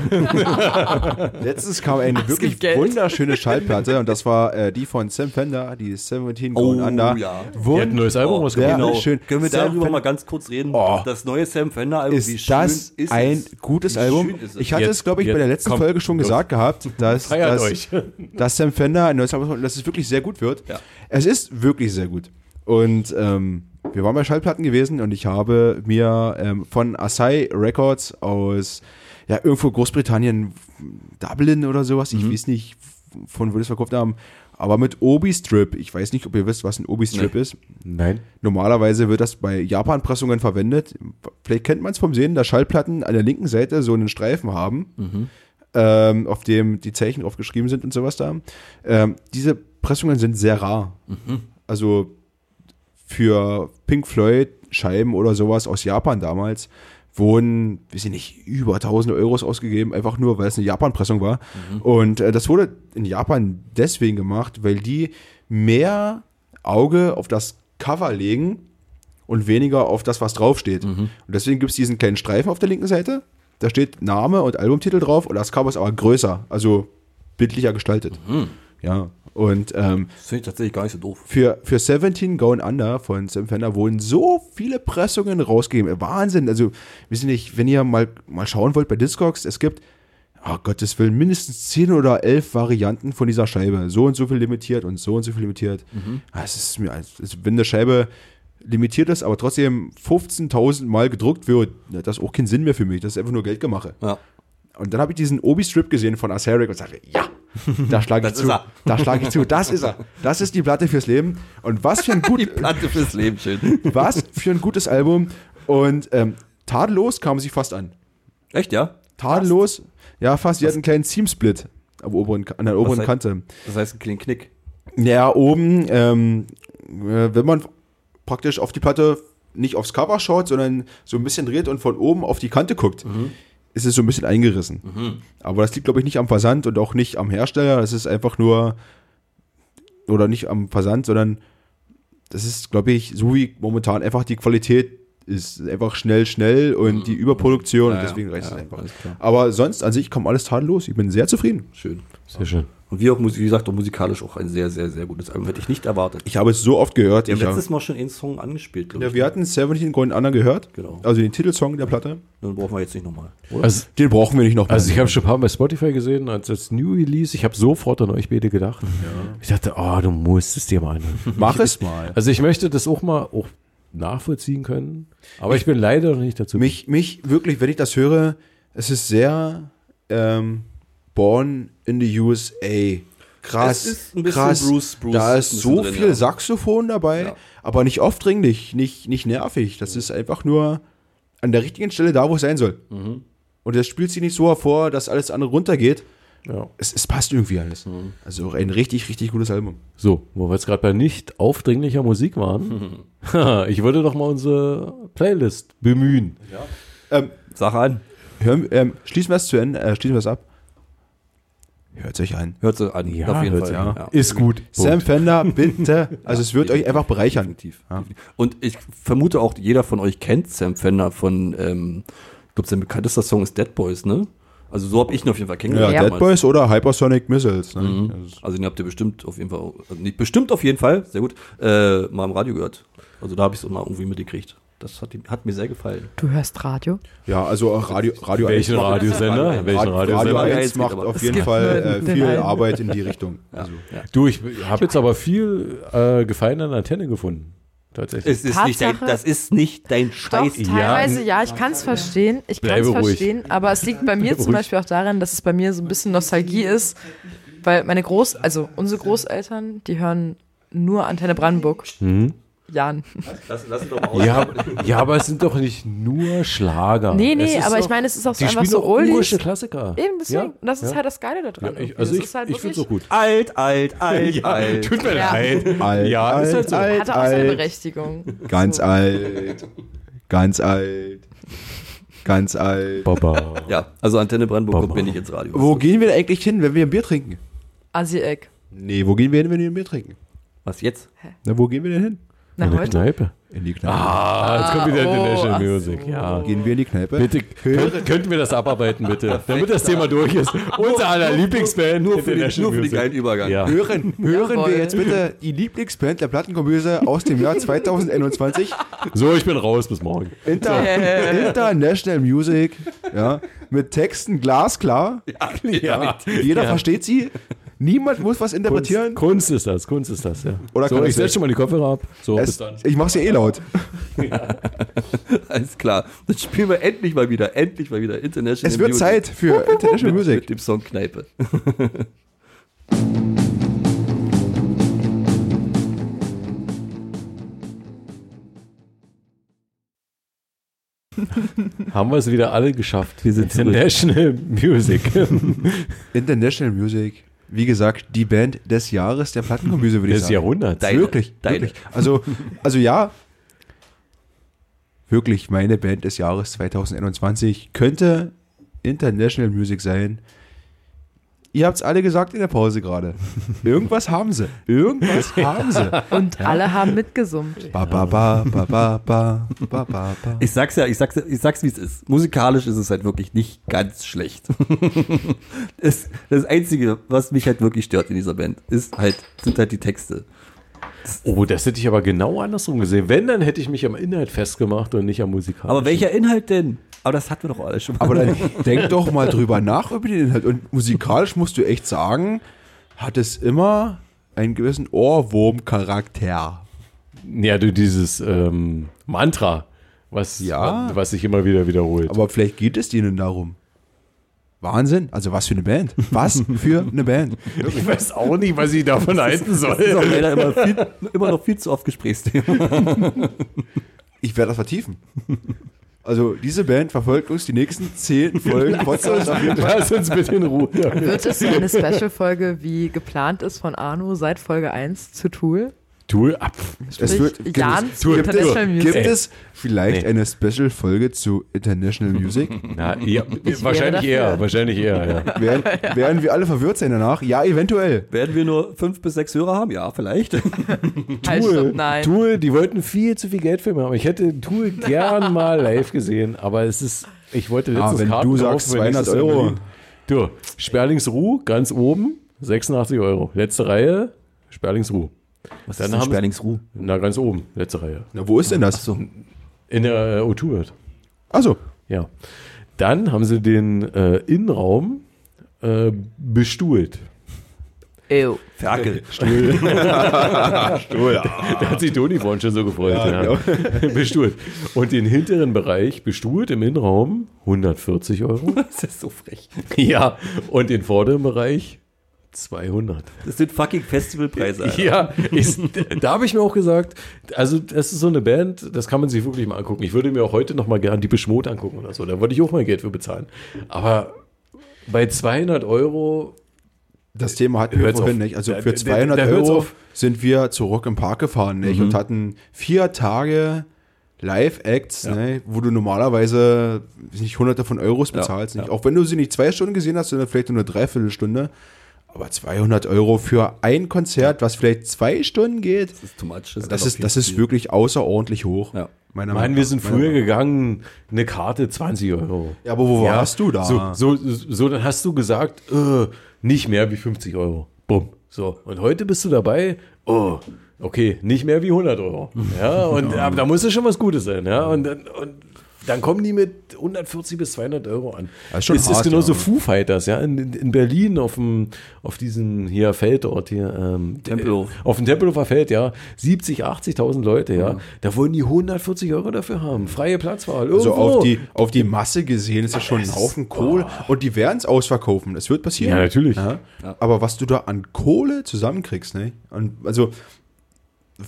Letztens kam eine wirklich
gibt Geld.
wunderschöne Schallplatte und das war äh, die von Sam Fender, die 17 Going
Oh,
Under.
ja. Die hat ein
Wir hatten ein neues Album rausgebracht.
Ja,
Genau.
schön.
Können wir
Sam
darüber
Fender-
mal ganz kurz reden?
Oh.
Das neue Sam Fender Album,
ist das
ist
ein
es?
gutes
Wie
Album.
schön ist es?
Ich hatte
Jetzt-
es, glaube ich, bei der
jetzt-
letzten
komm,
Folge schon
los.
gesagt gehabt, dass,
Feiert
dass,
euch.
dass Sam Fender ein neues Album hat und dass es wirklich sehr gut wird.
Ja.
Es ist wirklich sehr gut. Und ähm, wir waren bei Schallplatten gewesen und ich habe mir ähm, von Asai Records aus ja, irgendwo Großbritannien, Dublin oder sowas,
Mhm.
ich weiß nicht, von wo das verkauft haben, aber mit Obi-Strip. Ich weiß nicht, ob ihr wisst, was ein Obi-Strip ist.
Nein.
Normalerweise wird das bei Japan-Pressungen verwendet. Vielleicht kennt man es vom Sehen, dass Schallplatten an der linken Seite so einen Streifen haben, ähm, auf dem die Zeichen drauf geschrieben sind und sowas da. Ähm, diese Pressungen sind sehr rar. Also für Pink Floyd Scheiben oder sowas aus Japan damals wurden, weiß ich nicht, über 1000 Euros ausgegeben, einfach nur, weil es eine Japan-Pressung war. Und äh, das wurde in Japan deswegen gemacht, weil die mehr Auge auf das Cover legen und weniger auf das, was draufsteht. Und deswegen gibt es diesen kleinen Streifen auf der linken Seite, da steht Name und Albumtitel drauf und das Cover ist aber größer, also bildlicher gestaltet. Ja, und ähm,
Das finde ich tatsächlich gar nicht so doof.
für, für 17 Gone Under von Sam Fender wurden so viele Pressungen rausgegeben. Wahnsinn. Also, wissen nicht, wenn ihr mal, mal schauen wollt bei Discogs, es gibt, oh Gottes Willen, mindestens 10 oder 11 Varianten von dieser Scheibe. So und so viel limitiert und so und so viel limitiert. Ah, Es ist mir, als- als wenn eine Scheibe limitiert ist, aber trotzdem 15.000 Mal gedruckt wird, na, das ist auch keinen Sinn mehr für mich. Das ist einfach nur Geldgemache.
Ja.
Und dann habe ich diesen Obi-Strip gesehen von Aseric und sagte, ja, da schlage ich
Das
zu.
ist er.
Da schlage ich zu. Das ist er. Das ist die Platte fürs Leben. Und was für ein, gut,
Platte fürs Leben, schön.
was für ein gutes Album. Und ähm, tadellos kam sie fast an.
Echt, ja?
Tadellos, ja, fast. Sie hat einen kleinen Seam-Split am oberen, Ka- an der oberen
heißt-
Kante.
Das heißt, ein kleinen Knick.
Naja, oben, ähm, äh, wenn man praktisch auf die Platte nicht aufs Cover schaut, sondern so ein bisschen dreht und von oben auf die Kante guckt, ist es so ein bisschen eingerissen. Aber das liegt, glaube ich, nicht am Versand und auch nicht am Hersteller. Das ist einfach nur, oder nicht am Versand, sondern das ist, glaube ich, so wie momentan einfach die Qualität ist. Einfach schnell, schnell und die Überproduktion und deswegen reicht es einfach. Aber sonst an sich kommt alles tadellos. Ich bin sehr zufrieden.
Schön.
Sehr schön.
Und wie auch, musi- wie gesagt, auch musikalisch auch ein sehr, sehr, sehr gutes Album. Hätte ich nicht erwartet.
Ich habe es so oft gehört.
Wir haben
ich habe-
letztes Mal schon einen Song angespielt, glaube
Ja,
ich.
wir hatten 17 Going Under gehört.
Genau.
Also den Titelsong der Platte.
Dann brauchen wir jetzt nicht nochmal.
Also,
Den brauchen wir nicht noch.
also ich habe schon ein paar Mal bei Spotify gesehen, als das New Release, ich habe sofort an euch beide gedacht. Ich dachte, oh, du musst es dir mal anhören.
Mach es mal.
Also ich möchte das auch mal auch nachvollziehen können, aber ich, bin leider noch nicht dazu.
Mich, mich wirklich, wenn ich das höre, es ist sehr ähm, Born in the USA. Krass.
Es ist ein bisschen
krass.
Bruce- Bruce
da
ist
ist
ein
so
bisschen drin,
viel
ja.
Saxophon dabei,
Ja.
aber nicht aufdringlich, nicht, nicht nervig. Das ist einfach nur an der richtigen Stelle da, wo es sein soll.
Mhm.
Und das spielt sich nicht so hervor, dass alles andere runtergeht.
ja.
Es, es passt irgendwie alles.
Mhm.
Also auch ein richtig, richtig gutes Album.
So, wo wir jetzt gerade bei nicht aufdringlicher Musik waren. ich würde doch mal unsere Playlist bemühen.
Ähm,
Sache an.
Hören, ähm, schließen wir es zu Ende, äh, schließen wir es ab. Hört euch an.
Hört sie an.
Ja, hört
sich an.
Ja.
Ist gut.
Sam Fender, bitte. Also es wird euch einfach bereichern.
Definitiv. definitiv. Und ich vermute auch, jeder von euch kennt Sam Fender von, ähm, ich glaube, sein bekanntester Song ist Dead Boys, ne? Also so habe ich ihn auf jeden Fall
Ja,
kennengelernt.
Ja.
Dead
damals.
Boys oder Hypersonic Missiles. Ne? Also,
Also den habt ihr bestimmt auf jeden Fall, also nicht bestimmt auf jeden Fall, sehr gut, äh, mal im Radio gehört. Also da habe ich es mal irgendwie mitgekriegt. Das hat, ihm- hat mir sehr gefallen.
Du hörst Radio?
ja, also auch Radio, Radio
Welchen
macht-
Radiosender?
Radio-
Welchen
Radio, Radio,
Radiosender?
Radio-
1 macht
aber-
auf
Es
jeden
gibt
Fall
nur
äh,
den
viel
einen.
Arbeit in die Richtung. Also,
Ja.
Du, ich habe jetzt aber viel äh, Gefallen an der Antenne gefunden. Tatsächlich.
Es ist
Tatsache-
nicht dein, das ist nicht dein
Doch,
Scheiß.
teilweise ja, ich kann es verstehen. Ich kann es
Bleibe ruhig.
verstehen, aber es liegt bei mir zum
ruhig.
Beispiel auch daran, dass es bei mir so ein bisschen Nostalgie ist, weil meine Groß-, also unsere Großeltern, die hören nur Antenne Brandenburg.
Hm.
Jan.
Lass, lass doch mal
Ja, ja, aber es sind doch nicht nur Schlager.
Nee, nee,
Es ist
aber
doch,
ich meine, es ist auch so
die
einfach
spielen
so
doch urische
oldies.
Klassiker.
Eben deswegen.
Ja,
Und das ist
ja.
halt das Geile daran.
Ja, ich,
irgendwie.
also
das
ich,
ist halt
ich finde es
wirklich-
auch gut.
Alt, alt, alt,
Ja,
alt.
tut mir
Ja.
leid.
Also Alt,
Ja, ist halt so.
alt,
Hatte auch seine
alt,
Berechtigung.
ganz alt, ganz alt, ganz alt.
Baba.
Ja, also Antenne Brandenburg
Baba.
kommt mir nicht ins Radio.
Wo gehen wir denn eigentlich hin, wenn wir ein Bier trinken?
Asi-Eck.
Nee, wo gehen wir hin, wenn wir ein Bier trinken?
Was jetzt?
Na, wo gehen wir denn hin?
Na,
Eine
heute?
Kneipe.
In die Kneipe.
Ah, jetzt kommt wieder
oh,
International
ach
Music. Ja.
Gehen wir in die Kneipe?
Bitte, könnt, könnten wir das abarbeiten, bitte? Damit das Thema durch ist. Unser aller Lieblingsband.
Nur für, den,
International
nur für den
Music.
geilen Übergang.
Ja.
Hören, hören
Jawohl.
wir jetzt bitte die Lieblingsband der Plattenkombüse aus dem Jahr 2021.
So, ich bin raus. Bis morgen.
Inter International Music. Ja, mit Texten glasklar.
Ja.
Jeder versteht sie. Niemand muss was interpretieren.
Kunst, Kunst ist das, Kunst ist das, ja.
Oder
so,
kann
ich
es
setze
nicht?
schon mal die Kopfhörer ab. So, bis
Es,
dann.
ich mach's ja eh laut.
Alles klar. Dann spielen wir endlich mal wieder, endlich mal wieder International
Es wird
Music
Zeit für International
mit
Music.
dem Song Kneipe.
Haben wir es wieder alle geschafft.
Wir sind zurück.
International Music.
International Music. Wie gesagt, die Band des Jahres der Plattenkombüse, würde ich
Des
sagen.
Jahrhunderts.
Deine,
wirklich,
deine.
wirklich. Also, also ja, wirklich meine Band des Jahres 2021 könnte International Music sein. Ihr habt es alle gesagt in der Pause gerade. Irgendwas haben sie. Irgendwas haben sie.
Und alle haben mitgesummt.
Ba, ba, ba, ba, ba, ba, ba, ba, ba.
Ich sag's ja, ich sag's, ich sag's, wie es ist. Musikalisch ist es halt wirklich nicht ganz schlecht. das, das Einzige, was mich halt wirklich stört in dieser Band, ist halt, sind halt die Texte.
Oh, das hätte ich aber genau andersrum gesehen. Wenn, dann hätte ich mich am Inhalt festgemacht und nicht am Musikal.
Aber welcher Inhalt denn? Aber das hatten wir doch alle schon mal.
Aber dann denk doch mal drüber nach über den Inhalt. Und musikalisch musst du echt sagen, hat es immer einen gewissen Ohrwurm-Charakter.
Ja, du, dieses ähm, Mantra, was,
Ja.
was sich immer wieder wiederholt.
Aber vielleicht geht es denen darum. Wahnsinn, also was für eine Band. Was für eine Band.
ich weiß auch nicht, was ich davon halten
das ist auch
soll.
leider immer, viel, immer noch viel zu oft Gesprächsthema.
Ich werde das vertiefen. Also diese Band verfolgt uns die nächsten zehn Folgen. Podcasts auf jeden Fall.
Lass uns bitte in Ruhe.
Wird es so eine Special-Folge, wie geplant ist von Arno seit Folge 1 zu Tool?
Tool ab.
Es wird,
Sprich,
gibt,
Jans
es, gibt,
International
es,
Music.
gibt es vielleicht
Nee.
eine Special-Folge zu International Music?
Na, ja,
Ich
wahrscheinlich
wäre dafür.
eher, wahrscheinlich eher, ja.
Werden, werden wir alle verwirrt sein danach? Ja, eventuell.
Werden wir nur fünf bis sechs Hörer haben? Ja, vielleicht.
Halt, stopp, nein.
Tool, die wollten viel zu viel Geld für mich haben. Ich hätte Tool gern mal live gesehen, aber es ist, ich wollte
Ja,
letztens
Ah, wenn
Karten
du sagst
kaufen, wenn
200
nächstes Jahr
Euro.
Berlin. Du, Sperlingsruh, ganz oben, 86 Euro. Letzte Reihe, Sperlingsruh.
Was
Dann haben-
Sperlingsruh?
Na, ganz oben, letzte Reihe.
Na, wo ist denn das?
So.
In der äh, O2 wird.
Also,
Ja. Dann haben sie den äh, Innenraum äh, bestuhlt.
Ew.
Ferkel.
Oh
Da hat sich Toni vorhin schon so gefreut. Ja,
genau.
bestuhlt. Und den hinteren Bereich bestuhlt im Innenraum 140 Euro.
Das ist so frech.
Ja, und den vorderen Bereich 200.
Das sind fucking Festivalpreise. Alter.
Ja, ich, da habe ich mir auch gesagt, also das ist so eine Band, das kann man sich wirklich mal angucken. Ich würde mir auch heute noch mal gerne die Beschmut angucken oder so. Da würde ich auch mein Geld für bezahlen. Aber bei 200 Euro,
das Thema hatten wir
Hört's
vorhin
auf.
nicht. Also
Da-
für
da-
200
da hört's
Euro
auf. Mhm.
sind wir zu Rock im Park gefahren nicht? und hatten vier Tage Live-Acts, ne? wo du normalerweise weiß nicht hunderte von Euros bezahlst. Nicht? Auch wenn du sie nicht zwei Stunden gesehen hast, sondern vielleicht nur eine Dreiviertelstunde. Aber 200 Euro für ein Konzert, was vielleicht zwei Stunden geht,
Das ist too much.
das
einfach
ist,
viel
das
zu
ist
viel.
wirklich außerordentlich hoch.
Ja.
Meiner
Mann,
Meinung
wir sind
nach. Meiner
früher
Meinung
gegangen, eine Karte 20 Euro.
nach. Ja, aber wo warst du da?
So, so, so, dann hast du gesagt, äh, nicht mehr wie 50 Euro. Bumm. So. Und heute bist du dabei, oh, okay, nicht mehr wie 100 Euro. Ja, und ab da muss es schon was Gutes sein. Ja, und, dann- und dann kommen die mit 140 bis 200 Euro an.
Das ist schon
es
hart,
ist genauso
ja.
Foo Fighters, ja, in, in- in Berlin auf dem, auf diesem hier Feldort hier, ähm,
Tempelhof.
äh, auf dem Tempelhofer Feld, ja, 70, 80.000 Leute, ja, da wollen die 140 Euro dafür haben, freie Platzwahl, irgendwo.
Also auf die, auf die Masse gesehen ist das schon ein Haufen Kohle und die werden es ausverkaufen. Das wird passieren.
Ja, natürlich.
Aber was du da an Kohle zusammenkriegst, ne? Und also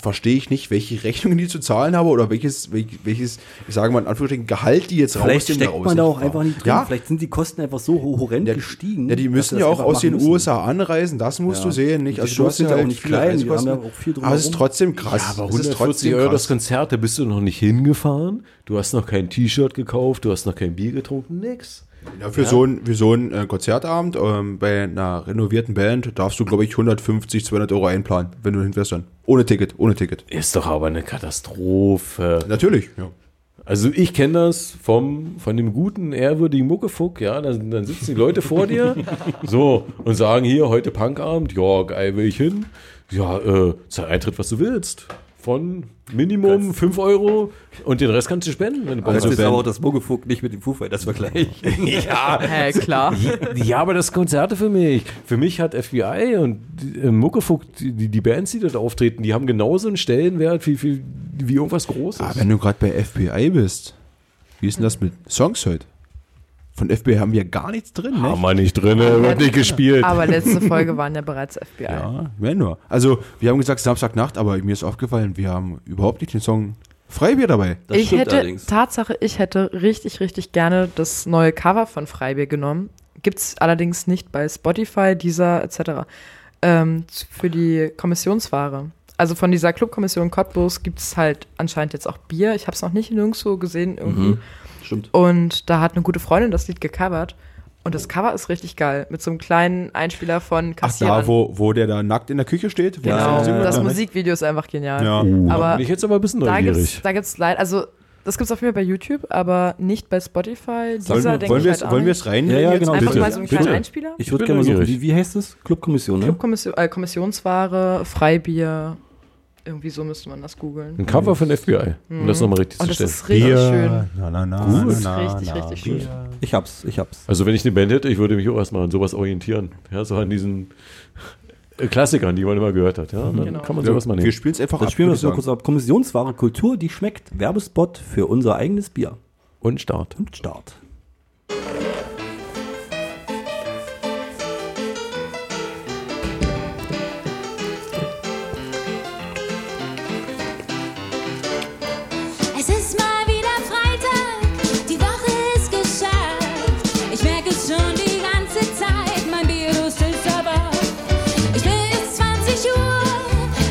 verstehe ich nicht, welche Rechnungen die zu zahlen haben oder welches, wel- welches, ich sage mal in Anführungsstrichen, Gehalt die jetzt
Vielleicht
rausnehmen,
steckt
daraus
man da auch
war.
einfach nicht drin.
Ja,
Vielleicht sind die Kosten einfach so ho- horrend
ja,
gestiegen.
Ja, die
dass
müssen
sie
ja
das
auch
einfach
aus den
machen müssen.
USA anreisen, das musst
Ja.
du sehen,
Die
nicht? Also du
Shows
hast
sind
ja
ja auch
halt
nicht
viele
klein, die haben
Reisekosten.
ja auch viel
Aber es ist
drumherum.
trotzdem krass.
Aber
es ist
140
trotzdem
Euro
krass.
das Konzert, da bist du noch nicht hingefahren, du hast noch kein T-Shirt gekauft, du hast noch kein Bier getrunken, nix.
Ja, für, So ein, für so ein äh, Konzertabend ähm, bei einer renovierten Band darfst du, glaube ich, 150, 200 Euro einplanen, wenn du hinfährst dann. Ohne Ticket, ohne Ticket.
Ist doch aber eine Katastrophe.
Natürlich, ja.
Also ich kenne das vom, von dem guten, ehrwürdigen Muckefuck, ja, dann, dann sitzen die Leute vor dir so und sagen hier, heute Punkabend, ja, geil, will ich hin. Ja, äh, zahl Eintritt, was du willst. Von Minimum 5 Euro und den Rest kannst du spenden, wenn du Bock
Das
hast.
ist aber auch das Muggefuck nicht mit dem Foo Fighters Vergleich.
Ja,
Hä, klar.
ja, aber das Konzerte für mich. Für mich hat FBI und äh, Muckefuck, die, die Bands, die dort auftreten, die haben genauso einen Stellenwert wie, wie, wie irgendwas Großes.
Aber Ah, wenn du gerade bei FBI bist, wie ist denn das mit Songs heute? Von FBI haben wir gar nichts drin, ne?
haben wir nicht drin, wird nicht gespielt.
Aber letzte Folge waren ja bereits FBI.
Ja, wenn nur. Also, wir haben gesagt Samstagnacht, aber mir ist aufgefallen, wir haben überhaupt nicht den Song Freibier dabei.
Das
ich
stimmt
hätte,
allerdings.
Tatsache, ich hätte richtig, richtig gerne das neue Cover von Freibier genommen. Gibt's allerdings nicht bei Spotify, dieser etc. Ähm, z- für die Kommissionsware. Also von dieser Clubkommission Cottbus gibt's halt anscheinend jetzt auch Bier. Ich habe es noch nicht nirgendwo gesehen irgendwie.
Stimmt.
Und da hat eine gute Freundin das Lied gecovert. Und das Cover ist richtig geil. Mit so einem kleinen Einspieler von
Ach,
Kassierern.
da, wo, wo der da nackt in der Küche steht? Wo
genau.
das,
Ja,
das Oh.
ja, ne?
Musikvideo ist einfach genial.
Ja.
Aber
Bin ich jetzt aber ein bisschen
Da gibt's,
neugierig.
da gibt's leider, also das gibt's auf jeden Fall bei YouTube, aber nicht bei Spotify.
Wollen,
Dieser
wir-
denke
wollen
ich
wir
halt
es
auch
wollen wir
nicht.
es reinnehmen?
Ja, ja,
jetzt?
genau.
Einfach
Bitte,
mal so einen kleinen
bitte.
Einspieler.
Ich würde
bin
gerne mal suchen,
neugierig.
wie, wie heißt das? Clubkommission, ne?
Clubkommission, äh, Kommissionsware, Freibier, irgendwie so müsste man das googeln.
Ein Cover von FBI, um das nochmal richtig
Hm. Und
zu
das
stellen.
ist richtig schön.
Na, na, na,
Das ist
na,
richtig,
na,
richtig
Bier.
schön.
Ich hab's, ich hab's.
Also wenn ich eine Band hätte, ich würde mich auch erstmal an sowas orientieren. Ja, so an diesen äh, Klassikern, die man immer gehört hat. Ja, dann
Genau.
kann man sowas mal
Wir
nehmen.
spielen es einfach
Das
ab,
spielen wir
würde
jetzt nur
ich
kurz ab. Kommissionsware Kultur, die schmeckt. Werbespot für unser eigenes Bier.
Und Start.
Und Start.
Es ist mal wieder Freitag, die Woche ist geschafft. Ich merke es schon die ganze Zeit, mein Virus ist aber. Ich bin jetzt 20 Uhr,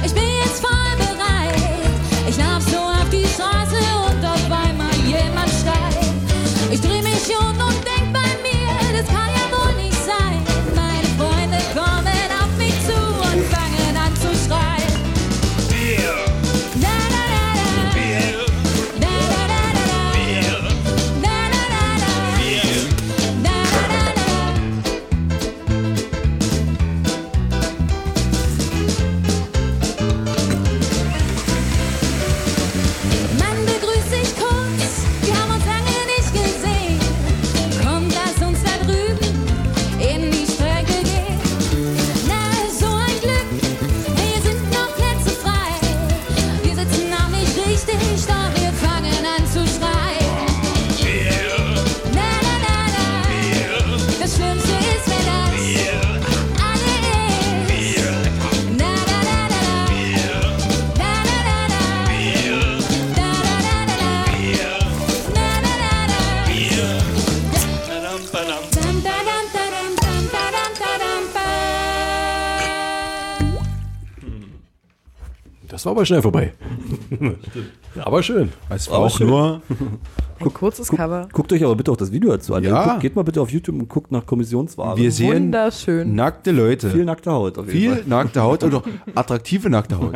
ich bin jetzt voll bereit. Ich lauf so auf die Straße und auf einmal jemand schreit. Ich dreh mich um und denk bei mir, das kann ja wohl nicht sein. Meine Freunde kommen auf mich zu und fangen an zu schreien. Na, na, na, na. Na, na, na, na, na. Na, na, na, na. Na, na, na, na. Man begrüßt sich kurz, wir haben uns lange nicht gesehen. Komm, lass uns da drüben in die Strecke gehen. Na, so ein Glück, hier sind noch Plätze frei. Wir sitzen noch nicht richtig, doch wir fangen an zu schreien. Na, na, na, na, das Schlimmste ist, wenn das alle ist. Na, na, na, na, na. Na, na, na, na. Na, na, na, na, na. Na, na, na, na. Dam, da, dam, da, dam, dam, da, dam, da, dam, ba.
Das war aber schnell vorbei. aber schön.
sagen. Es war auch nur
Ein kurzes Cover.
Guckt euch aber bitte auch das Video dazu an.
Ja.
Guckt, geht mal bitte auf YouTube und guckt nach Kommissionsware.
Wir sehen
Wunderschön.
nackte Leute.
viel
Viel,
nackte Haut auf jeden Fall.
nackte Haut oder attraktive nackte Haut.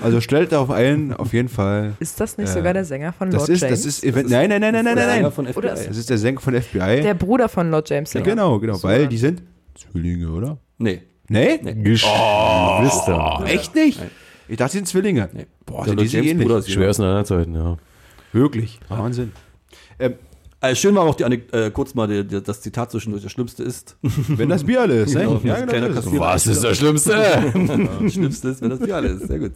Also stellt darauf ein, auf jeden Fall.
Ist das nicht
Äh,
sogar der Sänger von
Das
Lord
ist,
James?
das ist, event- nein, nein, nein, nein, nein,
Der
nein,
Sänger
nein.
von FBI.
Oder
Das ist der Sänger von FBI.
der Bruder von Lord James. Sänger.
genau, genau, weil
Super.
die sind Zwillinge, oder?
nee.
Nee?
Oh, Wisst ihr.
Echt nicht? Ich dachte, die sind Zwillinge. Boah,
Der
sind die
Lord
sich
James
ähnlich.
Bruder ist
Schwer auseinanderzuhalten, ja.
Wirklich. Wahnsinn. Ähm,
Äh, schön war auch die Anek äh, kurz mal die, die, das Zitat zwischendurch, das Schlimmste ist.
wenn das Bier alle ist, ne?
Genau, das kleine
das ist
Kassierer.
so.
Was ist das Schlimmste?
das Schlimmste ist, wenn das Bier alle ist. Sehr gut.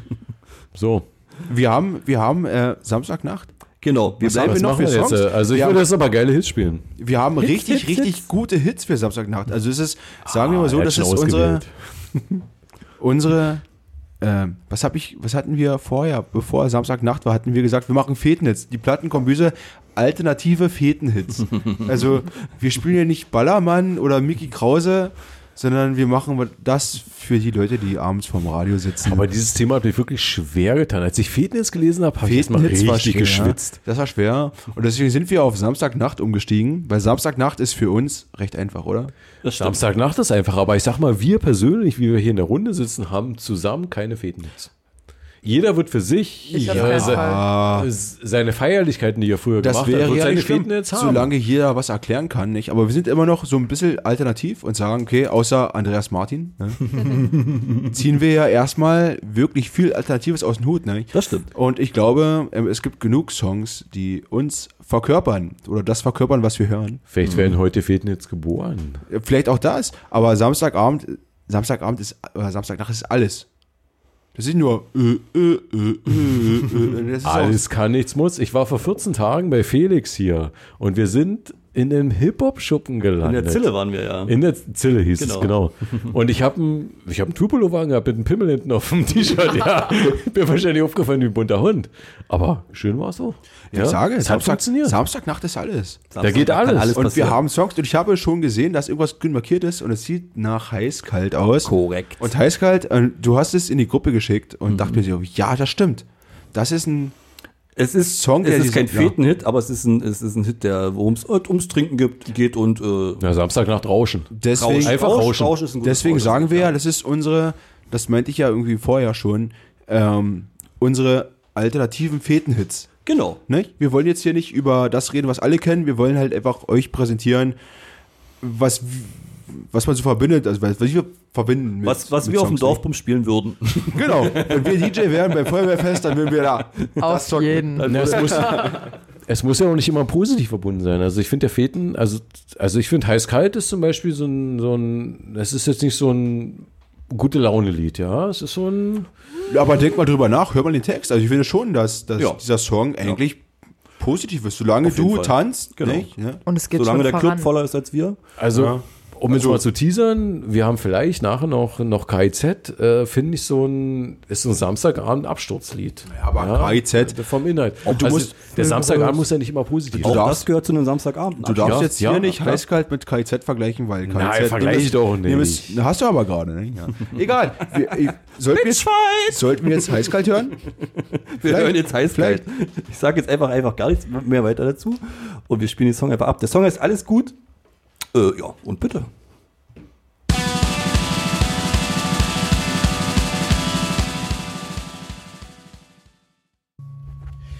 so.
wir haben, wir haben äh, Samstagnacht.
Genau, wir
Was
bleiben
haben
Was
noch
machen wir
für
jetzt?
Songs?
äh? Also ich
Wir
würde
haben-
jetzt aber geile Hits spielen.
Wir haben richtig,
Hits,
richtig
Hits.
gute Hits für Samstagnacht. Also es ist, sagen wir mal so,
Ah,
das
hätte
ist
schon
unsere,
ausgewählt.
unsere ähm, was hab ich, was hatten wir vorher, bevor Samstagnacht war, hatten wir gesagt, wir machen Fetenhits. Die Plattenkombüse, alternative Fetenhits. also wir spielen ja nicht Ballermann oder Mickey Krause, sondern wir machen das für die Leute, die abends vorm Radio sitzen.
Aber dieses Thema hat mich wirklich schwer getan. Als ich Fädenhits gelesen habe, habe ich erstmal
Fetenhits war
richtig
schwer.
geschwitzt.
Das war schwer. Und deswegen sind wir auf Samstagnacht umgestiegen, weil Samstagnacht ist für uns recht einfach, oder?
Das stimmt.
Samstagnacht ist einfach, aber ich sag mal, wir persönlich, wie wir hier in der Runde sitzen, haben zusammen keine Fädenhits. Jeder wird für sich
Ich hab
ja,
keinen
se- seine Feierlichkeiten, die er früher
Das
gemacht hat,
wäre
wird
ja
seine
nicht schlimm,
Fädenhits haben.
solange jeder was erklären kann, nicht? Aber wir sind immer noch so ein bisschen alternativ und sagen, okay, außer Andreas Martin, ne? ziehen wir ja erstmal wirklich viel Alternatives aus dem Hut, ne?
Das stimmt.
Und ich glaube, ähm, es gibt genug Songs, die uns verkörpern oder das verkörpern, was wir hören.
Vielleicht werden heute Fädenhits geboren.
Äh, Vielleicht auch das, aber Samstagabend, äh, Samstagabend ist, oder Samstagnacht ist alles. Das ist nicht nur, äh, äh, äh, äh, äh, das ist
Alles kann, nichts muss. Ich war vor 14 Tagen bei Felix hier und wir sind in einem Hip-Hop-Schuppen
In
gelandet.
der Zille waren wir ja.
In der Zille hieß es,
Genau.
genau. Und ich habe einen hab ein Tupelo-Wagen gehabt mit einem Pimmel hinten auf dem T-Shirt. Ja, bin wahrscheinlich aufgefallen wie ein bunter Hund. Aber schön war es
auch,
auch.
ich sage,
es hat
Samstag,
funktioniert.
Samstagnacht ist alles.
Samstag
geht
kann
alles.
alles
Und
passieren.
wir haben Songs und ich habe schon gesehen, dass irgendwas grün markiert ist und es sieht nach heißkalt aus.
Korrekt.
Und heißkalt, äh, du hast es in die Gruppe geschickt
Mhm.
und dachte mir so, ja, das stimmt. Das ist ein
Es ist
Song, der
es ist
diese-
kein
ja.
Fetenhit, aber es ist ein, es ist ein Hit, der worum es äh, ums Trinken gibt, geht und äh,
Na, Samstagnacht rauschen.
deswegen
Einfach rauschen.
Rausch ist ein gutes
deswegen
Wort.
sagen wir ja, das ist unsere, das meinte ich ja irgendwie vorher schon, ähm, unsere alternativen Fetenhits.
Genau.
Ne? Wir wollen jetzt hier nicht über das reden, was alle kennen. Wir wollen halt einfach euch präsentieren, was, was man so verbindet, also was, was wir verbinden. Mit,
Was, was
mit
wir auf dem
Songs, ne?
Dorfpump spielen würden.
Genau. Wenn wir DJ wären beim Feuerwehrfest, dann würden wir da. genau. das
Auf
zocken.
jeden.
Na, Ne, es, muss, es muss ja auch nicht immer positiv verbunden sein. Also ich finde der Feten, also, also ich finde heiß-kalt ist zum Beispiel so ein, so ein, das ist jetzt nicht so ein gute Laune-Lied, ja. Es ist so ein,
Aber denk mal drüber nach, hör mal den Text. Also ich finde schon, dass, dass
Ja.
dieser Song eigentlich positiv ist. Solange
jeden
du
Fall.
tanzt,
Genau.
nicht, ne?
Und es geht
Solange
schon
der
voran.
Club voller ist als wir.
also um jetzt mal zu teasern, wir haben vielleicht nachher noch, noch KIZ, äh, finde ich so ein, ist so ein Samstagabend-Absturzlied. Ja, also
aber KIZ
Vom Inhalt.
du musst-
der Samstagabend muss ja nicht immer positiv
Auch
sein.
darfst-
das gehört zu einem Samstagabend.
Du darfst
Ja,
jetzt hier
ja,
nicht
klar.
heißkalt mit KZ vergleichen, weil KZ.
vergleich
Ihr müsst-
doch nicht.
ihr müsst- Na, hast du aber gerade, ne? Ja. Egal. Wir, ich, sollten, wir jetzt, sollten wir jetzt heißkalt hören?
Wir
Vielleicht.
hören jetzt Heißkalt. Ich sage jetzt einfach, einfach gar nichts mehr weiter dazu. Und wir spielen den Song einfach ab. Der Song heißt Alles gut. Äh, ja, und bitte.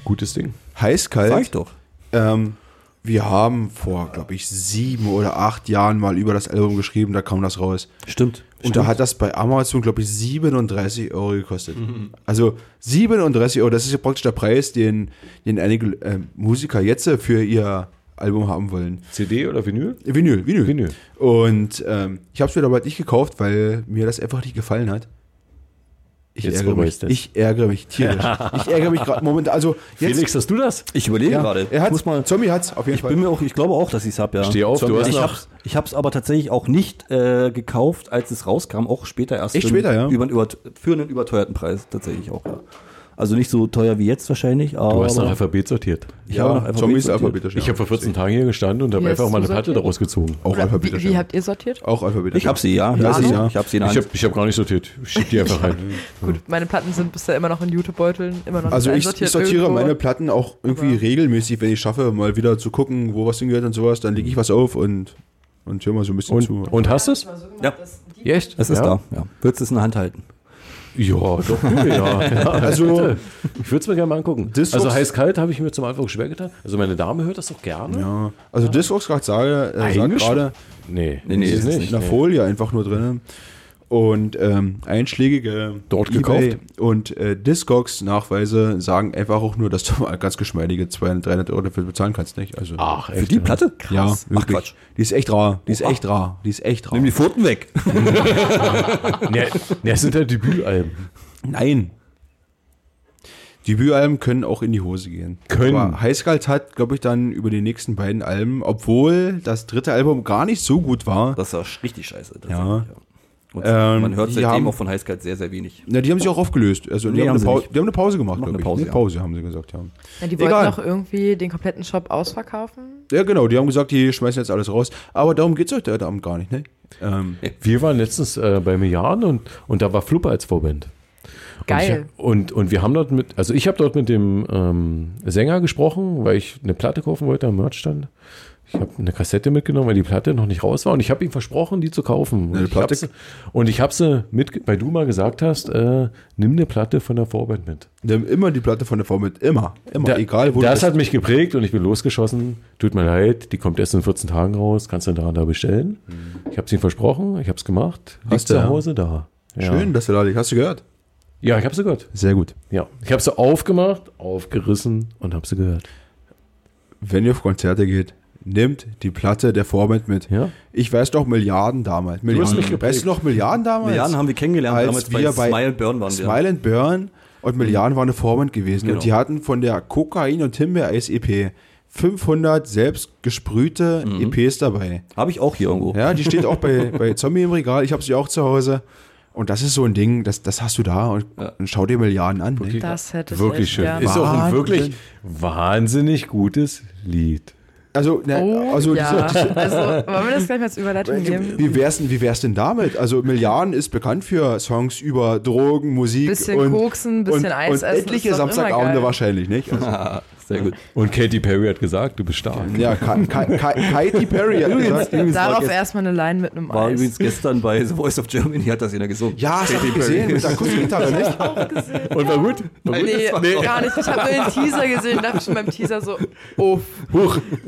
Gutes Ding.
Sag ich
Heißkalt.
doch.
Ähm, wir haben vor, glaube ich, sieben oder acht Jahren mal über das Album geschrieben, da kam das raus.
Stimmt.
Und da hat das bei Amazon, glaube ich, 37 Euro gekostet.
Mhm.
Also 37 Euro, das ist ja praktisch der Preis, den, den einige äh, Musiker jetzt für ihr Album haben wollen.
CD oder Vinyl?
Vinyl, Vinyl.
Vinyl.
Und ähm, ich habe es mir dabei nicht gekauft, weil mir das einfach nicht gefallen hat. Ich,
Jetzt
ärgere mich,
bereust du's.
ich ärgere mich tierisch. ich ärgere mich gerade momentan. Also jetzt,
Felix, hast du das?
ich überlege
ja,
gerade.
er
Ich muss
hat's,
mal.
Zombie hat's auf jeden
Ich
Fall.
bin mir auch, ich glaube auch, dass ich es habe, ja.
Steh auf, du hast
ich
noch-
hab's, ich hab's aber tatsächlich auch nicht äh, gekauft, als es rauskam, auch später erst.
Echt
für-
später, ja.
Über, über, für einen überteuerten Preis tatsächlich auch, ja. Also nicht so teuer wie jetzt wahrscheinlich, aber
Du hast nach Alphabet sortiert.
ich habe noch
Zombie ist
sortiert.
alphabetisch.
Ich habe vor 14 Tagen hier gestanden und habe
Hier
einfach
ist
mal eine
so
Platte
sortiert.
daraus gezogen.
auch
Oder wie,
alphabetisch.
wie habt ihr sortiert?
auch alphabetisch.
Ich hab sie, ja.
Ja,
ja,
sicher.
Ich hab sie in der
Ich
Hand.
habe ich hab gar nicht sortiert. Ich schieb die einfach rein.
Gut, meine Platten sind bisher immer noch in Jutebeuteln, immer noch
Also
nicht
ich,
einsortiert
ich sortiere
irgendwo.
meine Platten auch irgendwie
Aber-
regelmäßig, wenn ich schaffe, mal wieder zu gucken, wo was hingehört und sowas, dann lege
Mhm.
ich was auf und, und höre mal so ein bisschen
Und,
zu.
und hast du es?
Ja.
Echt?
Es ist
ja?
da, ja. Würdest du es in der Hand halten?
Ja, doch, cool, ja. ja also, ich würde es mir gerne mal angucken.
Das
also
war's.
heiß-kalt habe ich mir zum Anfang schwer getan. Also meine Dame hört das doch gerne.
ja. Also das, was ich gerade sage, äh, sagt
Eigentlich
gerade
Nee,
nee, ist
ist es
es
nicht.
in der Folie einfach nur drin. Und ähm, einschlägige
Dort gekauft.
und äh, Discogs-Nachweise sagen einfach auch nur, dass du mal ganz geschmeidige 200, 300 Euro dafür bezahlen kannst, nicht? Also,
Ach,
Für die Platte?
ja,
Ah, Ach
wirklich.
Quatsch.
Die ist echt rar. Die ist echt rar. Die ist echt rar.
Nimm die Pfoten weg.
Ne, ne, es sind ja Debütalben.
Nein. Debütalben können auch in die Hose gehen.
Können.
Aber Heißgalt hat, glaube ich, dann über die nächsten beiden Alben, obwohl das dritte Album gar nicht so gut war,
Das war richtig scheiße. Das
Ja.
Und
Ähm,
man hört
die
seitdem
haben-
auch von Heißgeld sehr, sehr wenig.
na, die haben sich auch aufgelöst. Also, die,
Nee,
haben
haben
eine
sie
Pause,
nicht.
die haben eine Pause gemacht,
Machen
glaube
eine
ich.
Pause,
eine
ja.
Pause haben sie gesagt, ja.
Ja, die wollten
Egal.
doch irgendwie den kompletten Shop ausverkaufen.
Ja, genau, die haben gesagt, die schmeißen jetzt alles raus. Aber darum geht es heute Abend gar nicht, ne? Ähm,
Wir waren letztens äh, bei Milliarden und, und da war Flupper als Vorband.
Geil.
Und, ich, und, und wir haben dort mit, also ich habe dort mit dem ähm, Sänger gesprochen, weil ich eine Platte kaufen wollte am Merchstand. Ich habe eine Kassette mitgenommen, weil die Platte noch nicht raus war und ich habe ihm versprochen, die zu kaufen. Und
Eine
ich
Platte?
hab sie- Und ich habe sie mit, weil du mal gesagt hast, äh, nimm eine Platte von der Vorband mit.
die haben immer die Platte von der Form mit. Immer. Immer.
Da-
egal, wo
das
du
hat mich geprägt und ich bin losgeschossen. Tut mir leid, die kommt erst in 14 Tagen raus. Kannst du da, da bestellen? Ich habe es ihm versprochen, ich habe es gemacht. Liegt
Mhm. Hast du,
zu
ja.
Hause da. Ja.
Schön, dass du da liegst. Hast du gehört?
Ja, ich habe sie gehört.
Sehr gut.
Ja, ich habe sie aufgemacht, aufgerissen und habe sie gehört.
wenn ihr auf Konzerte geht, nehmt die Platte der Vorband mit.
Ja.
Ich weiß doch, Milliarden damals.
hast mich
Milliarden.
geprägt.
Weißt du noch, Milliarden damals?
Milliarden haben wir kennengelernt,
als
damals
wir bei
Smile and Burn waren wir.
Smile and Burn und Milliarden war eine Vorband gewesen.
Genau.
Und die hatten von der Kokain- und Himbeer-Eis-EP 500 selbst gesprühte EPs dabei.
Habe ich auch hier irgendwo.
Ja, die steht auch bei, bei Zombie im Regal. Ich habe sie auch zu Hause. Und das ist so ein Ding, das, das hast du da und, und schau dir Milliarden an. ne?
Das hätte ich
Wirklich
echt
schön.
gern.
Ist auch ein
Wahnsinn.
wirklich wahnsinnig gutes Lied.
Also, ne,
Oh,
also
ja.
diese, diese,
also, wollen wir das gleich mal als Überleitung nehmen?
Wie wär's, denn, wie wär's denn damit? Also Milliarden ist bekannt für Songs über Drogen, Musik
Bisschen
und
koksen, bisschen
und,
Eis
und
essen,
etliche
ist doch immer
Samstagabende
geil.
wahrscheinlich, nicht? Also,
Sehr gut.
Und Katy Perry hat gesagt, du bist stark.
ja, Ka- Ka- Ka- Katy Perry hat gesagt.
Übrigens war
Darauf
gest-
erstmal eine Line mit einem
War
Eis.
übrigens gestern bei The Voice of Germany, hat das jeder gesungen.
Ja, hast du gesehen mit der Akustikgitarre, nicht?
Und war gut. War gut.
Nee, gar nicht. Ich habe nur den Teaser gesehen und dachte schon beim Teaser so, oh,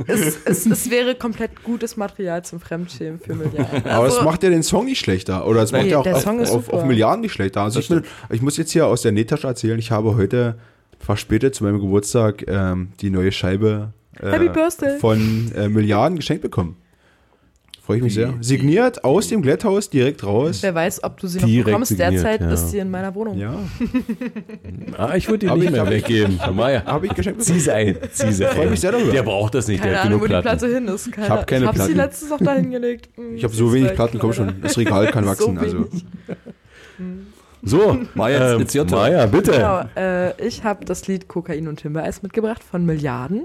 es, es, es wäre komplett gutes Material zum Fremdschämen für Milliarden.
Aber
Also,
das macht ja den Song nicht schlechter. Oder das macht ja auch
der
auf,
Song ist
auf,
super.
auf Milliarden nicht schlechter. Also ich, bin, ich muss jetzt hier aus der Nähtasche erzählen, ich habe heute verspätet zu meinem Geburtstag ähm, die neue Scheibe äh,
Happy Birthday.
von äh, Milliarden geschenkt bekommen. Freue ich mich sehr. Signiert aus dem Glätthaus direkt raus.
wer weiß, ob du sie noch
Direkt
bekommst.
signiert,
Derzeit
ja.
ist sie in meiner Wohnung.
Ja,
Ah, ich würde ihn
Aber
nicht
ich
mehr
hab-
weggeben. Herr Meier.
habe ich geschenkt
Zieh
bekommen.
sie ein. Zieh sie
Freu
ein.
mich sehr darüber.
Der braucht das nicht.
Keine
der hat
Ahnung, wo
genug
die Platte
Platten.
hin ist. Keine,
Ich hab keine
hab sie
Platten.
letztens auch da hingelegt. Hm,
Ich habe
sie
so
ist
wenig
weg,
Platten, komm
leider.
schon. Das Regal kann wachsen. also.
wenig.
So,
Meier,
ähm,
it's your turn.
Meier, bitte.
Genau, äh, ich habe das Lied Kokain und Himbeereis mitgebracht von Milliarden.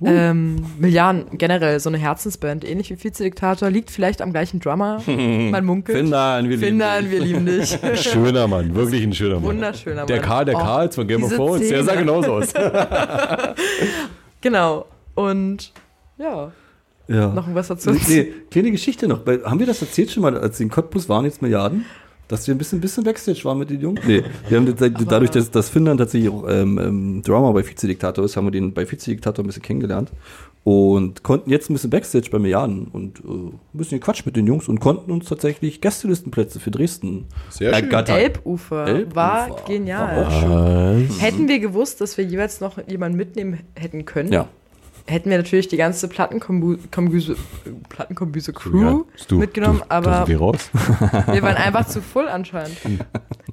Uh.
Ähm, Milliarden generell, so eine Herzensband, ähnlich wie Vize-Diktator, liegt vielleicht am gleichen Drummer. Man munkelt.
Findern, wir lieben
Findern, wir lieben dich.
Schöner Mann, wirklich ein schöner Mann.
Wunderschöner
Der
Mann.
Karl, der
Oh,
Karls von Game of
diese
Thrones, der sah
Zähne.
genauso aus.
Genau. Und ja,
Ja.
noch was dazu.
Nee, kleine Geschichte noch. Weil, haben wir das erzählt schon mal, als sie in Cottbus waren, jetzt Milliarden? Dass wir ein bisschen, bisschen Backstage waren mit den Jungs? Nee, wir haben das, dadurch, dass, dass Finnland tatsächlich auch, ähm, ähm, Drama bei Vize-Diktator ist, haben wir den bei Vize-Diktator ein bisschen kennengelernt und konnten jetzt ein bisschen Backstage bei Milliarden und äh, ein bisschen Quatsch mit den Jungs und konnten uns tatsächlich Gästelistenplätze für Dresden
Sehr schön.
Elbufer, war
Elbufer.
genial.
War auch schön.
Hätten wir gewusst, dass wir jeweils noch jemanden mitnehmen hätten können,
Ja.
hätten wir natürlich die ganze Plattenkombüse Plattenkombüse Crew
Du,
mitgenommen,
du, da
aber
sind wir raus.
wir waren einfach zu voll anscheinend.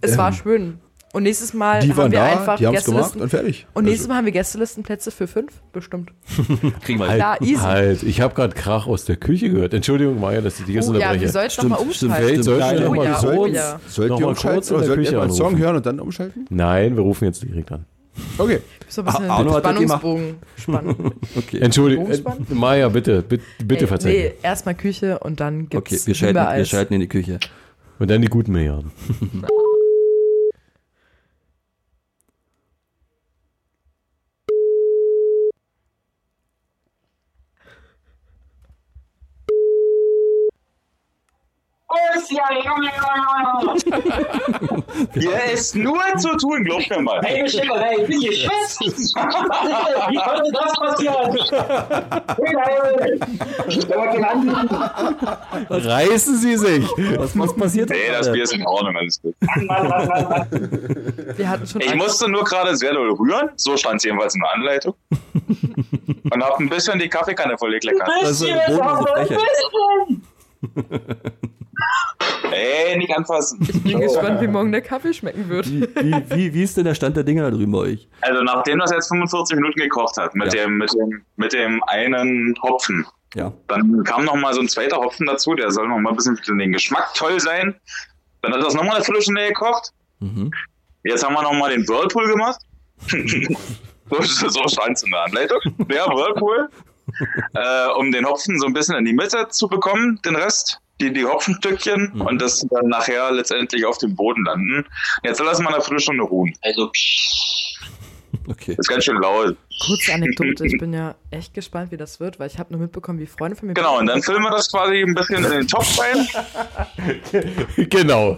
Es
Ähm,
war schön. Und nächstes Mal
Die
haben
waren
wir
da,
einfach
die haben es gemacht
Gästelisten.
und fertig.
also
Also,
Und nächstes Mal haben wir Gästelistenplätze für fünf, bestimmt.
Kriegen wir
Klar, easy.
Halt, ich habe gerade Krach aus der Küche gehört. Entschuldigung, Meier, dass ich dich jetzt
Oh ja, wir
unterbreche.
sollten nochmal
Stimmt, stimmt,
umschalten.
stimmt.
Sollten wir
Oh
noch mal
ja,
kurz-
oh ja.
Sollt
Noch
ihr
mal
umschalten
kurz in
oder
der
sollt
Küche
ihr mal einen Song
anrufen.
hören und dann umschalten?
Nein, wir rufen jetzt direkt an.
Okay.
So ein bisschen
Ah, Arno
den
hat das gemacht.
Spannungsbogen spannen.
Okay.
Entschuldigung,
Bogenspannung?
äh, Meier, bitte, bitte, bitte
Ey,
verzeih.
Äh, Nee, erstmal Küche und dann gibt's
okay, wir schalten, wir
Himbeereis.
schalten in die Küche.
Und dann die guten Milliarden.
Golf! ist ja. Hier ist nur zu tun, glaubt mir mal.
Hey, Schipper, hey, ich bin geschwitzt. Wie konnte das passieren? Ich kann mal den anderen-
Reißen Sie sich! Was, was passiert
Nee, das Bier ist in Ordnung, alles gut.
Mann, Mann, Mann, Mann.
Wir hatten schon
Ich
Angst.
musste nur gerade sehr doll rühren, so stand es jedenfalls in der Anleitung. Und hab ein bisschen die Kaffeekanne vollgekleckert.
Das
ist
ist
eine
hier,
bodenlose
das
Frechheit.
ist-
Ey, nicht anfassen.
Ich bin gespannt, wie morgen der Kaffee schmecken wird.
Wie, wie, wie, wie ist denn der Stand der Dinge da drüben bei euch?
Also nachdem das jetzt 45 Minuten gekocht hat, mit,
Ja.
dem, mit, dem, mit dem einen Hopfen,
Ja.
dann kam noch mal so ein zweiter Hopfen dazu, der soll noch mal ein bisschen für den Geschmack toll sein. Dann hat das noch mal eine Viertelstunde gekocht.
Mhm.
Jetzt haben wir noch mal den Whirlpool gemacht. so so stand es in der Anleitung. Der Whirlpool. äh, um den Hopfen so ein bisschen in die Mitte zu bekommen, den Rest, die, die Hopfenstückchen und das dann nachher letztendlich auf dem Boden landen. Jetzt lassen wir eine Viertelstunde ruhen.
Also, psch.
Okay.
Ist ganz schön laut.
Kurze Anekdote, ich bin ja echt gespannt, wie das wird, weil ich habe nur mitbekommen, wie Freunde von mir.
Genau, und dann füllen wir das quasi ein bisschen in den Topf rein.
Genau.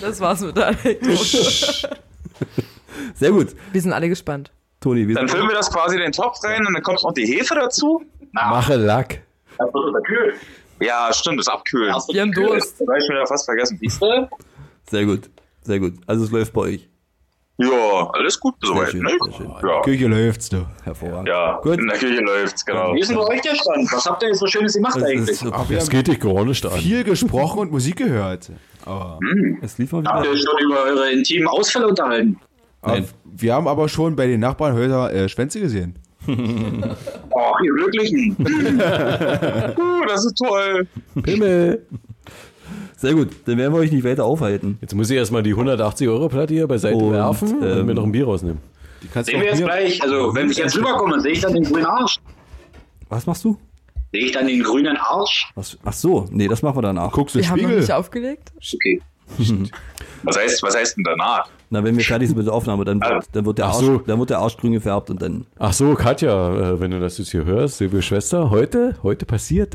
Das war's mit der Anekdote.
Sehr gut.
Wir sind alle gespannt.
Toni, wir
Dann
sind
füllen wir das quasi in den Topf rein und dann kommt noch die Hefe dazu.
Mache Lack.
Das wird unterkühlt.
Ja, stimmt, das Abkühlen.
Das wird
Wir haben Durst.
Das habe ich schon wieder fast vergessen.
unterkühlt.
Sehr gut. Sehr gut. Also es läuft bei euch.
Ja, alles gut soweit,
schön,
ne?
sehr schön. Also
Ja,
Küche läuft's, du.
Hervorragend.
ja.
Gut.
in der Küche läuft's, genau.
Wie ist denn bei euch der Stand? Was habt ihr jetzt so Schönes gemacht
Es,
eigentlich?
es,
Das geht dich chronisch an.
Viel gesprochen und Musik gehört. Aber
es lief mal
Ah,
Habt
wieder.
ihr euch schon über eure intimen Ausfälle unterhalten?
Nein.
Ah, wir haben aber schon bei den Nachbarnhäusern äh, Schwänze gesehen.
Oh, ihr Glücklichen.
Uh, das ist toll.
Pimmel. Sehr gut. Dann werden wir euch nicht weiter aufhalten.
Jetzt muss ich erstmal die 180-Euro-Platte hier beiseite
Und,
werfen
ähm,
und mir noch ein Bier rausnehmen.
Die kannst du
Sehen wir
auch
jetzt
hier-
gleich. Also, wenn ich jetzt rüberkomme, sehe ich dann den grünen Arsch.
Was machst du?
Sehe ich dann den grünen Arsch?
Was? Ach so. Nee, das machen wir danach.
Guckst du
Wir haben noch
Spiegel?
nicht aufgelegt.
Okay.
Was heißt, was heißt denn danach?
Na, wenn wir fertig sind mit der Aufnahme, dann
Also.
wird, dann wird, der,
Ach
Arsch,
so.
dann wird der Arsch grün gefärbt und dann.
Ach so, Katja, äh, wenn du das jetzt hier hörst, liebe Schwester, heute, heute passiert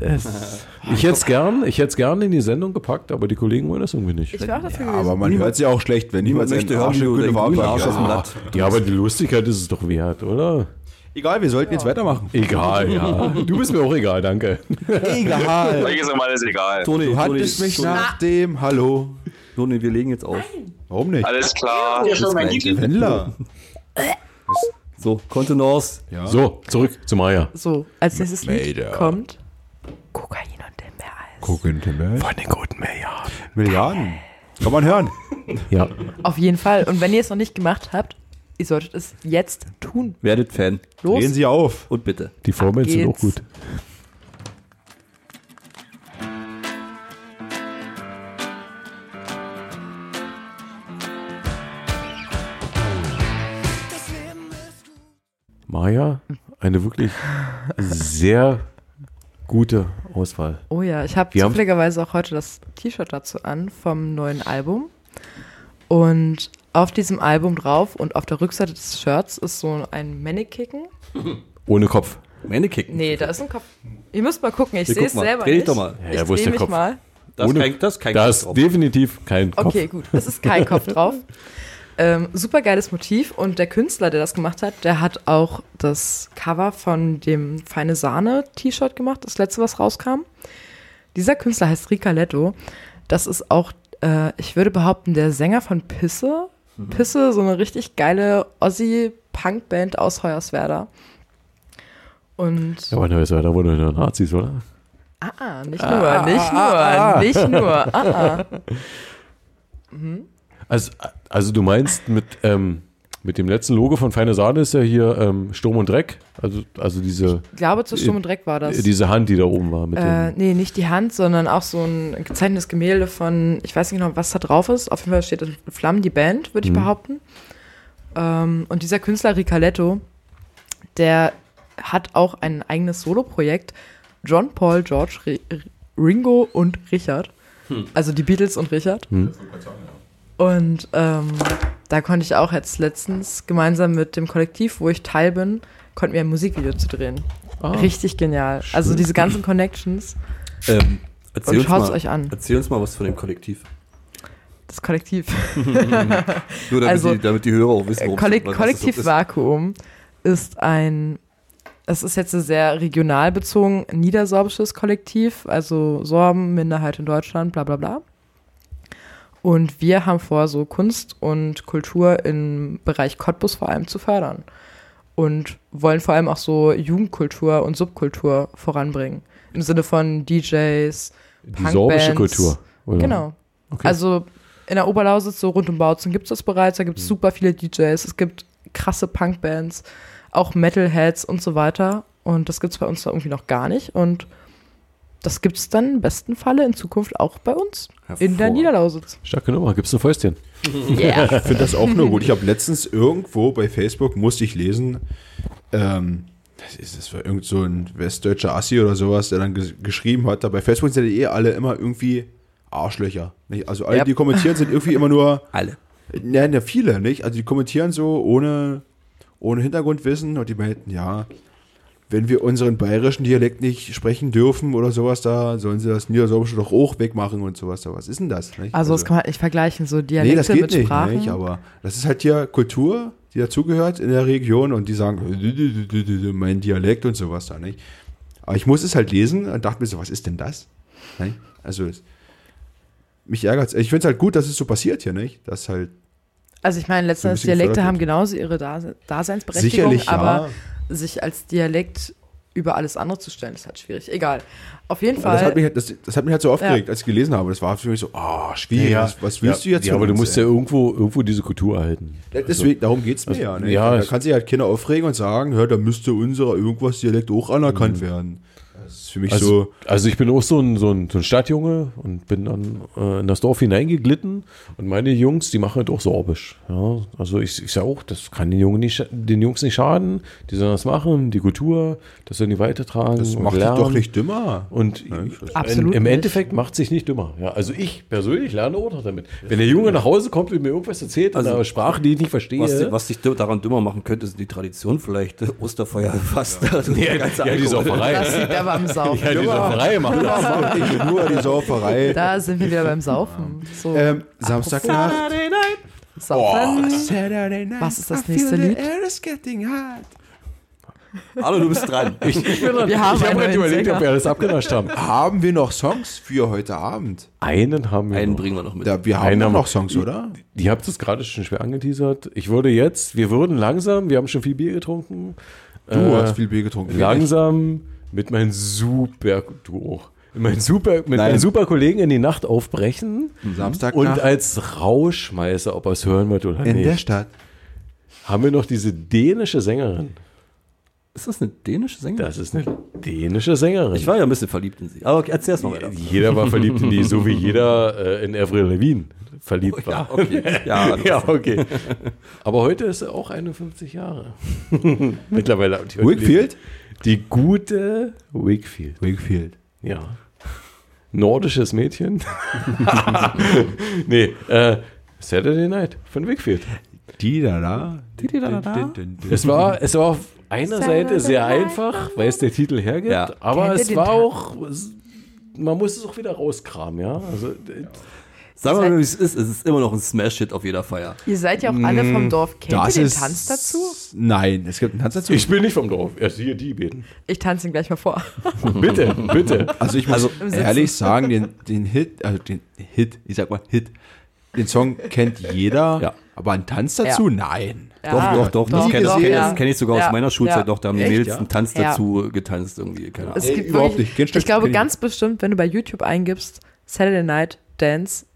es. Ich hätte es gern, ich hätte es gern in die Sendung gepackt, aber die Kollegen wollen das irgendwie nicht.
Ich wäre auch dafür gewesen.
Aber man hört sie auch schlecht, wenn niemand
Niemand
seinen
möchte hören,
Arsch
wie
in
du
grüne
deinen
Farbe
grünen Arsch aus dem
ja.
Blatt.
Ah, Ja, aber die Lustigkeit ist es doch wert, oder?
Egal, wir sollten jetzt weitermachen.
Egal, ja. Du bist mir auch egal, danke.
Egal.
Euch ist immer alles egal.
Toni,
Du
Toni,
hattest mich nach dem Hallo.
Toni, wir legen jetzt auf.
Warum nicht?
Alles klar.
Ja, schon mein Liebling.
Händler.
So, Kontenance.
Ja.
So, zurück zu Maya.
So, als nächstes Lied
Made up.
kommt Kokain und Himbeereis.
Gucken, Timmel.
Von den guten Maya.
Milliarden. Kann man hören.
Ja.
Auf jeden Fall. Und wenn ihr es noch nicht gemacht habt, ihr solltet es jetzt tun.
Werdet Fan.
Los.
Drehen Sie auf.
Und bitte.
Die Vorbands sind auch
geht's.
gut. Maya, eine wirklich sehr gute Auswahl.
Oh ja, ich habe
Wir haben-
zufälligerweise auch heute das T-Shirt dazu an vom neuen Album. Und auf diesem Album drauf und auf der Rückseite des Shirts ist so ein Mannequin.
Ohne Kopf.
Meine kicken.
Nee, da ist ein Kopf. Ihr müsst mal gucken, ich
Hier,
sehe
guck
es
mal.
selber
Dreh dich
nicht.
doch mal.
Ja,
Ich
wo ist
dreh
der
mich
Kopf?
mal.
Das
Ohne-
das ist kein
Da ist definitiv kein Kopf.
Okay, gut. Es ist kein Kopf drauf. Ähm, super geiles Motiv und der Künstler, der das gemacht hat, der hat auch das Cover von dem Feine Sahne T-Shirt gemacht, das letzte, was rauskam. Dieser Künstler heißt Ricaletto. Das ist auch, äh, ich würde behaupten, der Sänger von Pisse.
Mhm.
Pisse, so eine richtig geile Ossi-Punk-Band aus Hoyerswerda. Und
Ja, aber neues Wetter wurde nur Nazis, oder?
ah, nicht nur, nicht
Ah,
nur, nicht nur. Ah, ah.
Also, also du meinst mit, ähm, mit dem letzten Logo von Feine Sahne ist ja hier ähm, Sturm und Dreck. Also, also diese,
Ich glaube, zu Sturm und Dreck war das.
äh, diese Hand, die da oben war. Mit
Äh,
dem,
nee, nicht die Hand, sondern auch so ein gezeichnetes Gemälde von, ich weiß nicht genau, was da drauf ist. Auf jeden Fall steht in Flammen die Band, würde ich behaupten. Ähm, und dieser Künstler Ricaletto, der hat auch ein eigenes Soloprojekt. John Paul, George, Ri- Ringo und Richard. Also die Beatles und Richard. Und ähm, da konnte ich auch jetzt letztens gemeinsam mit dem Kollektiv, wo ich Teil bin, konnten wir ein Musikvideo zu drehen. Richtig genial. Also diese ganzen Connections.
Ähm, erzähl
Und
uns
schaut's
mal,
euch an.
Erzähl uns mal was von dem Kollektiv.
Das Kollektiv.
Nur damit,
Also,
die, damit die Hörer auch wissen, worum
Kollek
was das
Kollektiv
ist.
Vakuum ist ein, es ist jetzt sehr regional bezogen, niedersorbisches Kollektiv, also Sorben, Minderheit in Deutschland, bla bla bla. Und wir haben vor, so Kunst und Kultur im Bereich Cottbus vor allem zu fördern. Und wollen vor allem auch so Jugendkultur und Subkultur voranbringen. Im Sinne von DJs,
Die
Punkbands.
sorbische Kultur. Oder?
Genau.
Okay.
Also in der Oberlausitz, so rund um Bautzen, gibt es das bereits. Da gibt
Mhm.
es super viele DJs. Es gibt krasse Punkbands, auch Metalheads und so weiter. Und das gibt es bei uns da irgendwie noch gar nicht. Und das gibt es dann im besten Falle in Zukunft auch bei uns in der
Hervorragend.
Niederlausitz.
Starke Nummer, gibt's ein Fäustchen.
Ich finde das auch nur gut. Ich habe letztens irgendwo bei Facebook, musste ich lesen, ähm, das ist das war irgend so ein westdeutscher Assi oder sowas, der dann ges geschrieben hat, da bei Facebook sind ja eh alle immer irgendwie Arschlöcher. Nicht? Also alle,
Yep.
die kommentieren, sind irgendwie immer nur,
Alle.
nein, ja viele, nicht? Also die kommentieren so ohne, ohne Hintergrundwissen und die meinten, ja, wenn wir unseren bayerischen Dialekt nicht sprechen dürfen oder sowas, da sollen sie das Niedersorbische doch auch wegmachen und sowas. Da. Was ist denn das? Nicht?
Also, das kann man halt nicht vergleichen, so Dialekte
Nee, das geht
mit
nicht,
Sprachen.
nicht, aber das ist halt hier Kultur, die dazugehört in der Region und die sagen, äh, mein Dialekt und sowas da, nicht? Aber ich muss es halt lesen und dachte mir so, was ist denn das? Nicht? Also, es, mich ärgert es. Ich finde es halt gut, dass es so passiert hier, nicht? Dass halt
also ich
So
meine,
ein
letztendlich
bisschen
Dialekte
gefördert
haben
wird.
genauso ihre Dase Daseinsberechtigung,
Sicherlich, ja.
aber sich als Dialekt über alles andere zu stellen, ist halt schwierig. Egal. Auf jeden
Aber das,
Fall.
hat mich, halt- das, das hat mich halt so aufgeregt, als ich gelesen habe. Das war für mich so, ah, schwierig. was, was willst du jetzt
Ja,
von
aber du
uns,
musst
ey?
ja irgendwo, irgendwo diese Kultur erhalten. Also
Deswegen, darum geht es mir ja. Nicht?
ja,
da
ich-
kann sich halt Kinder aufregen und sagen, ja, da müsste unser irgendwas Dialekt auch anerkannt werden. Das ist für mich so.
Mhm. Also, also ich bin auch so ein, so, ein, so ein Stadtjunge und bin dann äh, in das Dorf hineingeglitten und meine Jungs, die machen das auch sorbisch. Ja? Also ich, ich sage auch, das kann den, Jungen nicht, scha- den Jungs nicht schaden, die sollen das machen, die Kultur, das sollen die weitertragen.
Das
und
macht dich
lernen.
doch nicht dümmer.
Und
Absolut
in, im
nicht.
Endeffekt macht sich nicht dümmer. Ja, also ich persönlich lerne auch noch damit. Wenn der Junge nach Hause kommt und mir irgendwas erzählt,
Also,
also, in einer Sprache, die ich nicht verstehe.
Was, was dich dü- daran dümmer machen könnte, sind die Tradition vielleicht. Osterfeuer fast. Ja,
ja, ja, die
das
Sauferei.
liegt aber am Saufen.
Ja, die Sauferei macht das.
Mach nicht nur die Sauferei.
Da sind wir wieder beim Saufen. So,
Ähm, oh. Samstagnacht.
Saufen.
Saturday night.
Was ist das nächste Lied?
Hallo, du bist dran. Ich,
Wir haben
Ich habe
einen
gerade
neuen
überlegt,
Sänger.
ob wir das abgenascht haben.
Haben wir noch Songs für heute Abend?
Einen haben wir.
einen
noch.
bringen wir noch mit.
Da, wir haben
Einer
doch noch
macht-
Songs, oder?
Ihr habt es gerade schon schwer angeteasert. Ich würde jetzt, wir würden langsam, wir haben schon viel Bier getrunken. Äh,
Du hast viel Bier getrunken.
Langsam mit meinen super, du auch, mit meinen super, mit
Nein.
meinen super Kollegen in die Nacht aufbrechen
Samstagnacht.
und als Rauschmeißer, ob er es hören wird oder
In der
nicht,
Stadt.
haben wir noch diese dänische Sängerin.
Ist das eine dänische Sängerin?
Das ist eine dänische Sängerin.
Ich war ja ein bisschen verliebt in sie. Aber okay, erzähl's mal weiter.
jeder war verliebt in die, so wie jeder äh, in Avril Lavigne verliebt war.
okay. Ja, also,
Ja, okay. Ah, Aber heute ist er auch 51 Jahre. Mittlerweile. Und die-
Wakefield?
Die gute Wakefield.
Wakefield.
Ja. Nordisches Mädchen. nee, äh, Saturday Night von Wakefield.
Die da da.
Es war, es war auf einer Seite sehr einfach, weil es der Titel hergibt,
Ja.
aber
Kennt ihr
es
den
war
Tag?
auch, es- man muss es auch wieder rauskramen, ja. Also, d-
Sagen wir mal, wie es ist. Es ist immer noch ein Smash-Hit auf jeder Feier.
Ihr seid ja auch alle vom Dorf. Kennt
Mm, Das
ihr den
ist-
Tanz dazu?
Nein, es gibt einen Tanz dazu.
ich bin nicht vom Dorf. Also hier die beten.
Ich tanze ihn gleich mal vor.
Bitte, bitte.
Also ich muss ehrlich sagen, den, den Hit, also den Hit, ich sag mal Hit, den Song kennt jeder,
Ja.
aber einen Tanz dazu, nein.
Ja.
Doch, doch, doch. Das
Doch,
kenne
doch,
kenn,
ja.
das kenn ich sogar
Ja.
aus meiner Schulzeit.
Ja.
Doch, da haben die
Echt,
Mädels
ja?
einen Tanz
Ja.
dazu getanzt dazu. Keine Ahnung.
Es
Ey,
gibt
überhaupt
wirklich,
nicht. Kein Stück
ich glaube
kenn ich.
ganz bestimmt, wenn du bei YouTube eingibst, Saturday Night Dance,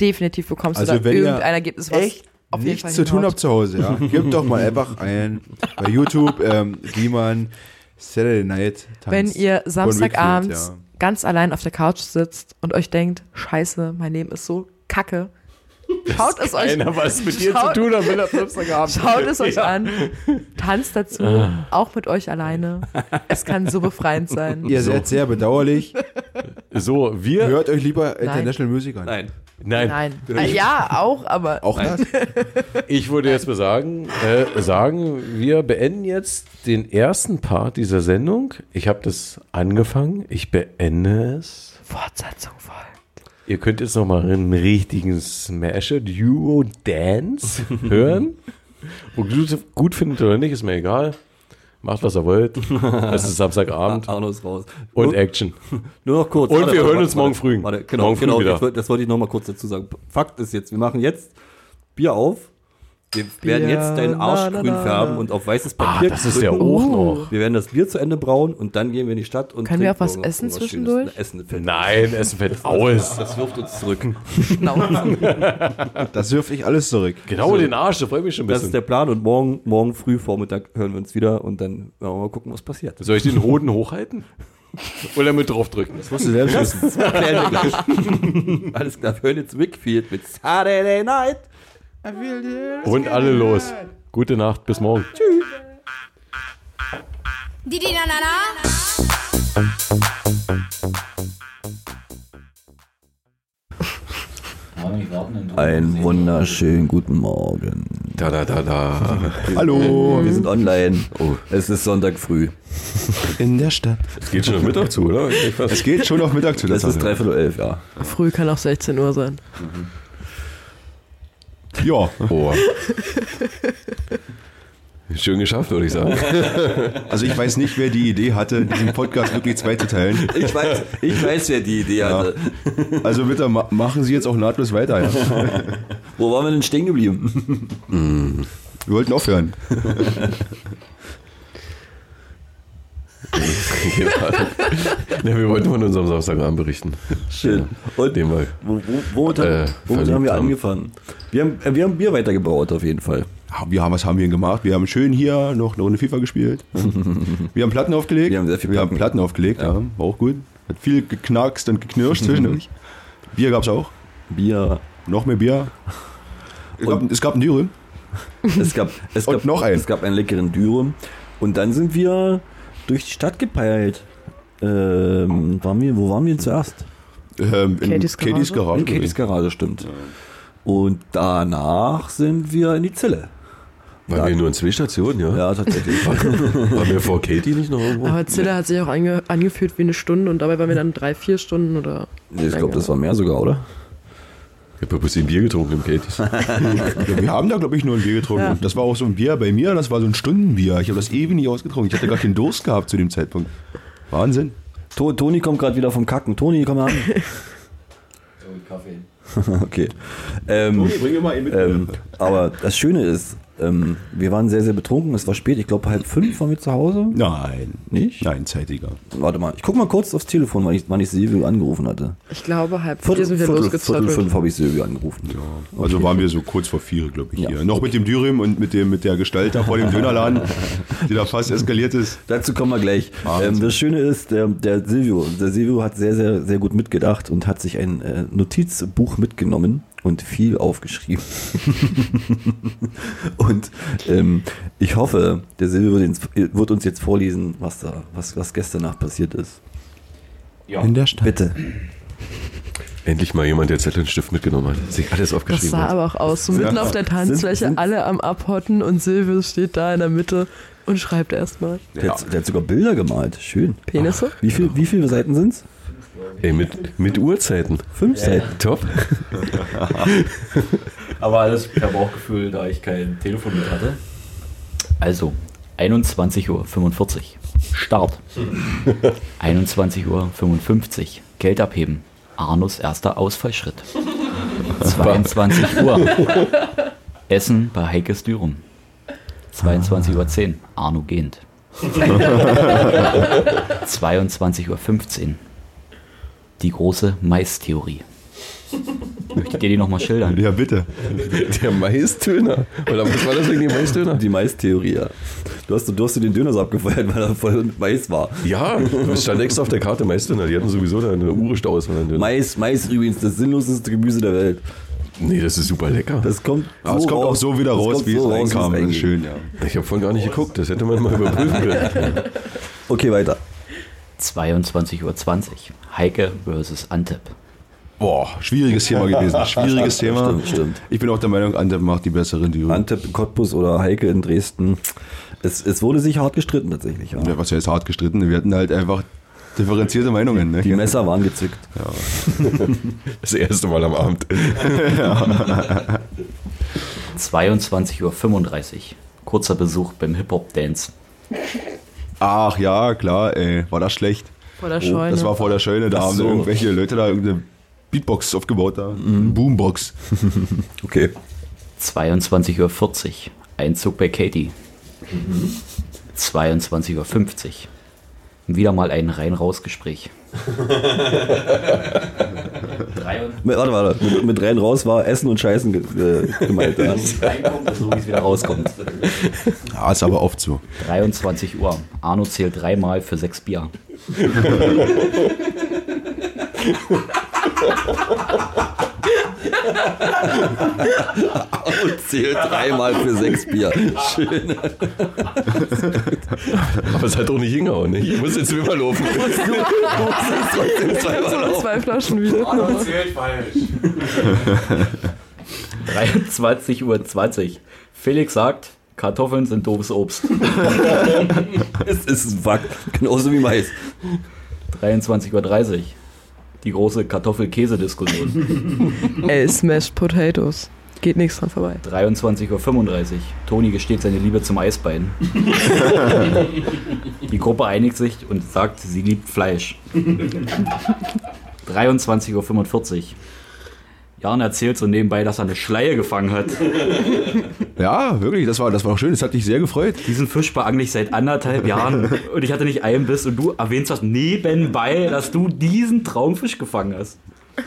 definitiv bekommst
Also
du da
wenn ihr
irgendein Ergebnis, was
echt
auf jeden Fall
nichts zu tun
hinhaut.
habt zu Hause, ja. Gebt doch mal einfach ein bei YouTube, ähm, wie man Saturday Night tanzt.
Wenn ihr
Von
Samstagabend
Wakefield,
ganz allein auf der Couch sitzt und euch denkt, scheiße, mein Leben ist so kacke, schaut es euch
Einer was mit dir zu
Schaut-
tun hat, will am Samstagabend.
Schaut es euch an, tanzt dazu, auch mit euch alleine. Es kann so befreiend sein.
ja. Ihr seid sehr bedauerlich.
So, wir.
Hört euch lieber International Music an.
Nein.
Nein,
Nein. Ah, Ja, auch, aber.
Auch das?
ich würde jetzt mal sagen, äh, sagen, wir beenden jetzt den ersten Part dieser Sendung. Ich habe das angefangen, ich beende es.
Fortsetzung voll.
Ihr könnt jetzt nochmal einen richtigen Smash It Euro Dance hören. Ob ihr das gut findet oder nicht, ist mir egal. Macht, was ihr wollt. Es ist Samstagabend
Arno ist raus.
und
nur,
Action.
nur noch kurz.
und wir hören uns morgen früh.
Warte, genau,
Morgen früh
genau
wieder.
ich wollt- das wollte ich noch mal kurz dazu sagen. Fakt ist jetzt, wir machen jetzt Bier auf. Wir werden jetzt deinen Arsch
na, na,
grün
na,
färben
na.
und auf weißes
Ah,
Papier
das ist ja
drücken.
auch
Oh.
noch.
Wir werden das Bier zu Ende brauen und dann gehen wir in die Stadt und
Können wir
trinken
auch was
noch
essen
Schönes.
zwischendurch?
Essen fällt
Nein, Essen fällt aus.
Das wirft uns zurück.
Schnauzen.
Das wirf ich alles zurück.
Genau den Arsch, da freue ich mich schon ein
Das ist der
bisschen.
Plan und morgen, morgen früh Vormittag hören wir uns wieder und dann ja, mal gucken, was passiert.
Soll ich den Hoden hochhalten? Oder mit draufdrücken?
Musst du selbst wissen.
erklären wir gleich. Alles klar, wir hören jetzt Wickfield mit Saturday Night.
Und alle los. Gute Nacht, bis morgen.
Didi na na na.
Einen wunderschönen guten Morgen.
Da, da, da, da.
Hallo.
Wir sind online. Oh, es ist Sonntag früh.
In der Stadt.
Es geht schon am Mittag zu, oder? Ich weiß-
Es geht schon auf Mittag zu.
Es
das
ist
Sache.
dreiviertel elf, ja.
Früh kann auch 16 Uhr sein.
Ja.
Boah. Schön geschafft, würde ich sagen.
Also ich weiß nicht, wer die Idee hatte, diesen Podcast wirklich zweizuteilen.
Ich weiß, ich weiß wer die Idee hatte.
Also bitte ma machen Sie jetzt auch nahtlos weiter. Ja.
Wo waren wir denn stehen geblieben?
Wir wollten aufhören.
Ja, wir wollten von unserem Samstagabend berichten.
Schön. Und
Den wir
wo, wo, womit,
Äh,
womit
verliebt
haben wir
haben.
angefangen? Wir haben, äh, wir haben Bier weitergebaut auf jeden Fall.
Wir haben, was haben wir denn gemacht? Wir haben schön hier noch eine Runde FIFA gespielt. Wir haben Platten aufgelegt.
Wir haben sehr viel
wir haben
Platten.
Platten aufgelegt, ja. War auch gut. Hat viel geknackst und geknirscht zwischendurch. Bier gab's auch.
Bier.
Noch mehr Bier. Es gab, es gab einen Dürüm.
Es gab, es
Und
gab
noch einen.
Es gab einen leckeren Dürum. Und dann sind wir durch die Stadt gepeilt. Ähm, waren wir, wo waren wir zuerst?
Ähm, in
Katie's Garage?
Katie's Garage.
In Katys Garage, stimmt. Und danach sind wir in die Zelle.
Waren wir nur in zwei Stationen, ja?
Ja, tatsächlich.
Waren wir vor Katie nicht noch irgendwo?
Aber Zilla hat sich auch ange angefühlt wie eine Stunde und dabei waren wir dann drei, vier Stunden oder.
Nee, ich glaube, das war mehr sogar, oder?
Ich habe ein bisschen Bier getrunken im Katies.
Ja, wir haben da, glaube ich, nur ein Bier getrunken.
Ja.
Und Das war auch so ein Bier bei mir, das war so ein Stundenbier. Ich habe das ewig nicht ausgetrunken. Ich hatte gar keinen Durst gehabt zu dem Zeitpunkt. Wahnsinn.
To Toni kommt gerade wieder vom Kacken. Toni, komm mal an. okay. Ähm,
bringe mal ihn mit.
ähm, aber das Schöne ist, ähm, wir waren sehr, sehr betrunken. Es war spät. Ich glaube, halb fünf waren wir zu Hause.
Nein.
Nicht?
Nein, zeitiger.
Warte mal, ich guck mal kurz aufs Telefon, wann ich, wann ich Silvio angerufen hatte.
Ich glaube, halb vier sind wir
Viertel
losgezottelt.
fünf habe ich Silvio angerufen.
Also waren wir so kurz vor vier, glaube ich,
Ja.
hier. Noch mit dem Dürüm und mit, dem, mit der Gestalt da vor dem Dönerladen, die da fast eskaliert ist.
Dazu kommen wir gleich.
Wahnsinn.
Ähm, das Schöne ist, der, der Silvio, der Silvio hat sehr, sehr, sehr gut mitgedacht und hat sich ein äh, Notizbuch mitgenommen und viel aufgeschrieben. und ähm, ich hoffe, der Silvio wird, ins- wird uns jetzt vorlesen, was da, was, was gestern Nacht passiert ist.
In der Stadt.
Bitte.
Endlich mal jemand, der Zettel und Stift mitgenommen hat. Sich alles
Das
aufgeschrieben
sah
hat.
aber auch aus. So mitten auf der Tanzfläche,
sind-
alle am Abhotten und Silvio steht da in der Mitte und schreibt erstmal.
Der, hat, der hat sogar Bilder gemalt. Schön.
Penisse?
Wie, viel, wie viele Seiten sind es?
Ey, mit, mit Uhrzeiten.
Fünf Seiten.
Top.
Aber alles per Bauchgefühl, da ich kein Telefon mit hatte. Also, 21.45 Uhr. Start. 21.55 Uhr. Geld abheben. Arnos erster Ausfallschritt. 22 Uhr. Essen bei Heikes Dürum. 22.10 Uhr. Arno gehend. 22.15 Uhr. Die große Mais-Theorie. Möchtet ihr die nochmal schildern?
Ja, bitte.
Der Maistöner. Oder was war das wegen dem Maistöner?
Die Mais-Theorie, ja. Du hast, du hast dir den Döner so abgefeiert, weil er voll mit Mais war.
Ja, es stand extra auf der Karte
ne?
Maistöner. Die hatten sowieso da eine Uhr Staus.
Genau.
Mais, Mais übrigens, das sinnloseste Gemüse der Welt.
Nee, das ist super lecker.
Das kommt,
Aber es kommt auch so wieder raus, wie es reinkam. Das ist
schön.
schön, ja.
Ich habe vorhin gar nicht geguckt. Das hätte man mal überprüfen können.
Okay, weiter.
22.20 Uhr. Heike versus Antep.
Boah, schwieriges Thema gewesen. Schwieriges Thema.
Stimmt, stimmt.
Ich bin auch der Meinung, Antep macht die besseren Duo.
Antep in Cottbus oder Heike in Dresden. Es, es wurde sich hart gestritten tatsächlich. Ja.
Ja, Was heißt hart gestritten? Wir hatten halt einfach differenzierte Meinungen. Ne?
Die Messer waren gezückt.
Das erste Mal am Abend.
22.35 Uhr. Kurzer Besuch beim Hip-Hop-Dance.
Ach ja, klar, ey. War das schlecht.
Vor
Oh,
der Scheune.
Das war vor der Scheune. Da
Ach
haben
so.
irgendwelche Leute da irgendeine Beatbox aufgebaut. Da.
Mhm.
Boombox.
Okay.
22.40 Uhr. Einzug bei Katie. 22.50 Uhr. Wieder mal ein Rein-Raus-Gespräch. Drei-
Mit- Warte, warte. Mit, mit rein raus war Essen und Scheißen ge äh, gemeint. Ja.
Reinkommt, so wie es wieder rauskommt.
Ja, ist aber oft so.
23 Uhr. Arno zählt dreimal für sechs Bier.
Zählt dreimal für sechs Bier.
Aber es hat doch nicht hingehauen, nicht? Ich muss jetzt wieder laufen.
Zwei Flaschen wieder.
Zählt falsch.
23.20 Uhr. Felix sagt, Kartoffeln sind doofes Obst.
Es ist ein Fakt. Genauso wie Mais.
23.30 Uhr. Die große Kartoffel-Käse-Diskussion.
Ey, Smashed Potatoes. Geht nichts dran vorbei.
23.35 Uhr. Toni gesteht seine Liebe zum Eisbein. Die Gruppe einigt sich und sagt, sie liebt Fleisch. 23.45 Uhr. Jan erzählt so nebenbei, dass er eine Schleie gefangen hat.
Ja, wirklich, das war, das war auch schön. Das hat mich sehr gefreut.
Diesen Fisch beangle ich seit anderthalb Jahren und ich hatte nicht einen Biss und du erwähnst das nebenbei, dass du diesen Traumfisch gefangen hast.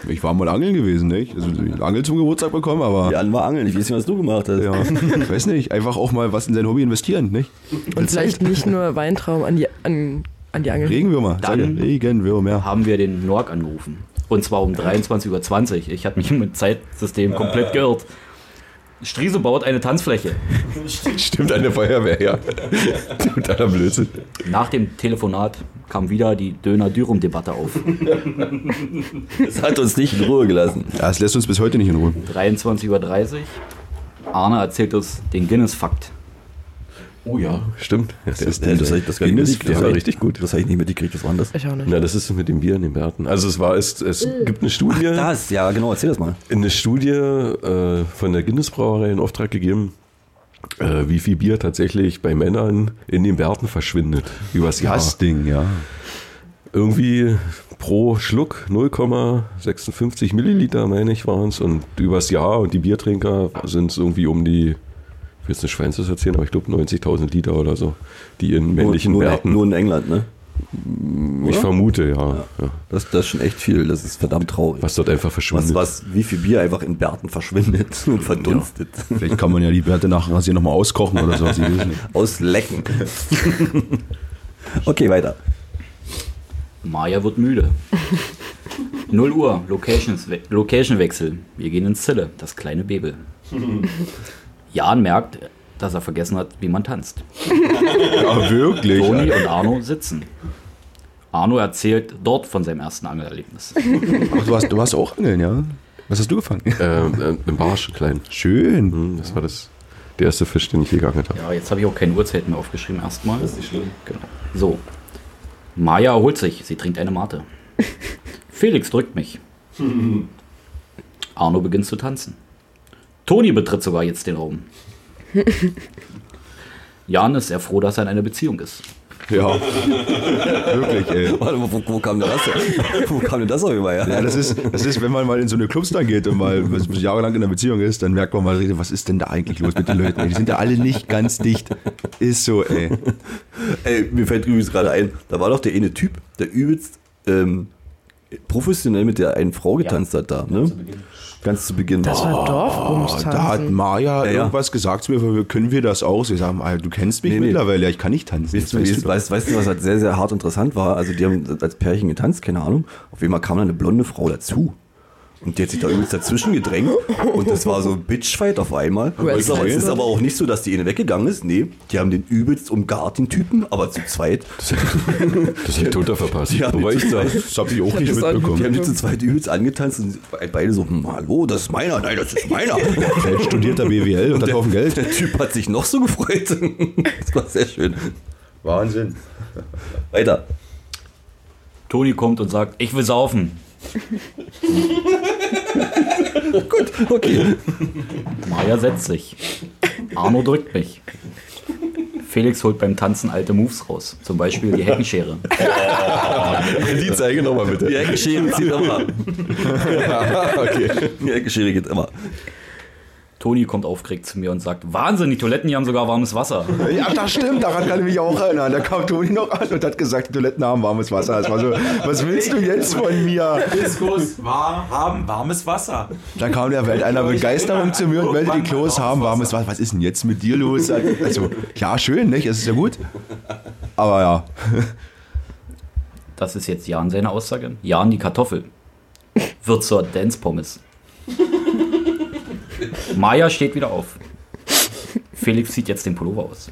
Ich war mal angeln gewesen, nicht? Also, ich hab Angel zum Geburtstag bekommen, aber.
Jan war angeln. Ich weiß nicht, was du gemacht hast.
Ja, ich weiß nicht, einfach auch mal was in sein Hobby investieren, nicht?
Und vielleicht nicht nur Weintraum an die, an, an die Angel.
Regenwürmer, sag ich.
Dann-
Regenwürmer.
haben wir den Norg angerufen. Und zwar um 23.20 Uhr. Ich hatte mich mit Zeitsystem komplett geirrt. Striese baut eine Tanzfläche.
Stimmt, eine Feuerwehr, ja. Totaler Blödsinn.
Nach dem Telefonat kam wieder die Döner-Dürum-Debatte auf. Um
Es hat uns nicht in Ruhe gelassen.
Ja, das lässt uns bis heute nicht in Ruhe.
23.30 Uhr. Arne erzählt uns den Guinness-Fakt.
Oh ja, stimmt. Das,
Ja, das hab ich- das hab ich
Guinness,
nicht-
der
das
war
hab ich-
richtig gut.
Das habe ich nicht mitgekriegt. Was war denn
Äh,
das?
Ich auch nicht.
Na, das ist mit dem Bier in den Bärten. Also es war, es, es gibt eine Studie,
Das, ja, genau. Erzähl das mal.
eine Studie äh, von der Guinness Brauerei in Auftrag gegeben, äh, wie viel Bier tatsächlich bei Männern in den Bärten verschwindet übers Jahr.
Das Ding, ja.
Irgendwie pro Schluck 0,56 Milliliter, meine ich, waren es. Und übers Jahr und die Biertrinker sind es irgendwie um die, ich will jetzt nicht Schweins das erzählen, aber ich glaube 90.000 Liter oder so, die in männlichen
nur,
Bärten.
nur in England, ne?
ich vermute, ja. ja.
Das, das ist schon echt viel. Das ist verdammt traurig.
Was dort einfach
was,
verschwindet.
was, wie viel Bier einfach in Bärten verschwindet und verdunstet.
Vielleicht kann man ja die Bärte nach dem Rasieren nochmal auskochen oder so. Sie wissen.
Aus Lecken. okay, weiter.
Maja wird müde. 0 Uhr, Locations- Location-Wechsel. Wir gehen ins Zille, das kleine Bebel. Jan merkt, dass er vergessen hat, wie man tanzt.
Ja, wirklich.
Toni und Arno sitzen. Arno erzählt dort von seinem ersten Angelerlebnis.
Ach, du, hast, du hast auch Angeln, ja? Was hast du gefangen?
Ähm, äh, Im Barsch, klein.
Schön.
Hm, Das war das, der erste Fisch, den ich je geangelt habe.
Ja, jetzt habe ich auch keine Uhrzeit mehr aufgeschrieben erstmal. Das ist nicht schlimm. Genau. So. Maja erholt sich. Sie trinkt eine Mate. Felix drückt mich. Arno beginnt zu tanzen. Toni betritt sogar jetzt den Raum. Jan ist sehr froh, dass er in einer Beziehung ist.
Ja. wirklich, ey.
Warte mal, wo, wo kam denn das her? Wo kam denn das auf einmal her?
Ja, das ist, das ist, wenn man mal in so eine Clubs dann geht und mal was- jahrelang in einer Beziehung ist, dann merkt man mal, richtig, was ist denn da eigentlich los mit den Leuten? ey? Die sind ja alle nicht ganz dicht. Ist so, ey.
Ey, mir fällt übrigens gerade ein, da war doch der eine Typ, der übelst ähm, professionell mit der einen Frau getanzt hat da, ne? Ganz zu Beginn.
Das war Dorfbumstanzen.
Da hat Maja
Ja, ja.
irgendwas gesagt zu mir, von wegen, können wir das auch? Sie sagen, ah, du kennst mich
Nee, nee.
mittlerweile, ja, ich kann nicht tanzen. Jetzt weißt
Weißt,
du.
weißt, weißt du, was halt sehr, sehr hart interessant war? Also, die haben als Pärchen getanzt, keine Ahnung. Auf einmal kam da eine blonde Frau dazu. Und der hat sich da übrigens dazwischen gedrängt. Und das war so ein Bitchfight auf einmal.
Well,
es
sorry.
ist aber auch nicht so, dass die eine weggegangen ist. Nee, die haben den übelst umgart, den Typen, aber zu zweit.
Das hätte ich total verpasst.
Ja,
Wobei ich da,
Das habe ich auch nicht
das auch
mitbekommen.
Die haben die zu zweit übelst angetanzt und beide so, hm, hallo, das ist meiner, nein, das ist meiner.
Selbst studierter BWL und hat
der,
auf dem Geld.
der Typ hat sich noch so gefreut. Das war sehr schön.
Wahnsinn.
Weiter.
Toni kommt und sagt, ich will saufen.
Okay.
Maja setzt sich. Arno drückt mich. Felix holt beim Tanzen alte Moves raus. Zum Beispiel die Heckenschere.
die zeige nochmal bitte.
Die Heckenschere zieht immer.
okay.
Die Heckenschere geht immer.
Toni kommt aufgeregt zu mir und sagt, Wahnsinn, die Toiletten hier haben sogar warmes Wasser.
Ja, das stimmt, daran kann ich mich auch erinnern. Da kam Toni noch an und hat gesagt, die Toiletten haben warmes Wasser. Das war so, was willst du jetzt von mir?
Diskos war, haben warmes Wasser.
Dann kam der Welt einer Begeisterung zu mir und meldete, die Klos haben warmes Wasser. Was ist denn jetzt mit dir los? Also, klar, schön, nicht? Es ist ja gut. Aber ja,
Das ist jetzt Jan seine Aussage. Jan die Kartoffel. Wird zur Dance Pommes. Maja steht wieder auf. Felix zieht jetzt den Pullover aus.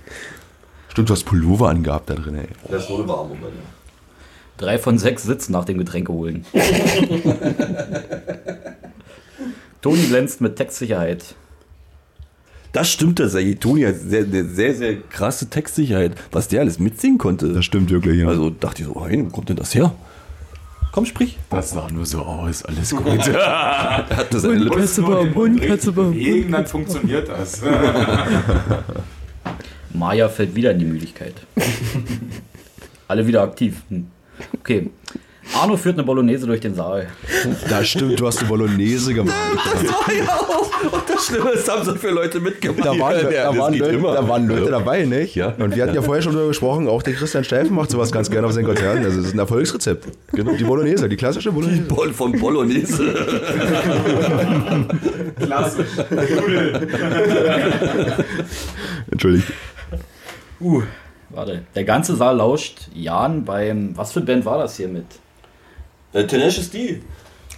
stimmt, du hast Pullover angehabt da drin, ey.
Das wurde warm.
Drei von sechs sitzen nach dem Getränke holen. Toni glänzt mit Textsicherheit.
Das stimmt tatsächlich. Toni hat sehr, eine sehr, sehr krasse Textsicherheit, was der alles mitsingen konnte.
Das stimmt wirklich, ja.
Also dachte ich so, hey, wo kommt denn das her? Komm, sprich.
Das sah nur so
oh,
aus, alles gut.
Er hat das eine
Katzebaum, Hund, Katzebaum.
Gegen, dann funktioniert das.
Maja fällt wieder in die Müdigkeit. Alle wieder aktiv. Hm. Okay. Arno führt eine Bolognese durch den Saal.
Das stimmt, du hast eine Bolognese gemacht.
Das Schlimme ist, haben so viele Leute mitgemacht.
Da waren, da, waren Leute, da waren Leute dabei, nicht?
Ja.
Und wir hatten ja vorher schon darüber gesprochen, auch der Christian Steifen macht sowas ganz gerne auf seinen Konzerten. Also, es ist ein Erfolgsrezept. Genau. Die Bolognese, die klassische Bolognese.
Boll von Bolognese.
Klasse.
Entschuldigt.
Warte. Der ganze Saal lauscht Jan beim. Was für eine Band war das hier mit?
Der Tenacious D.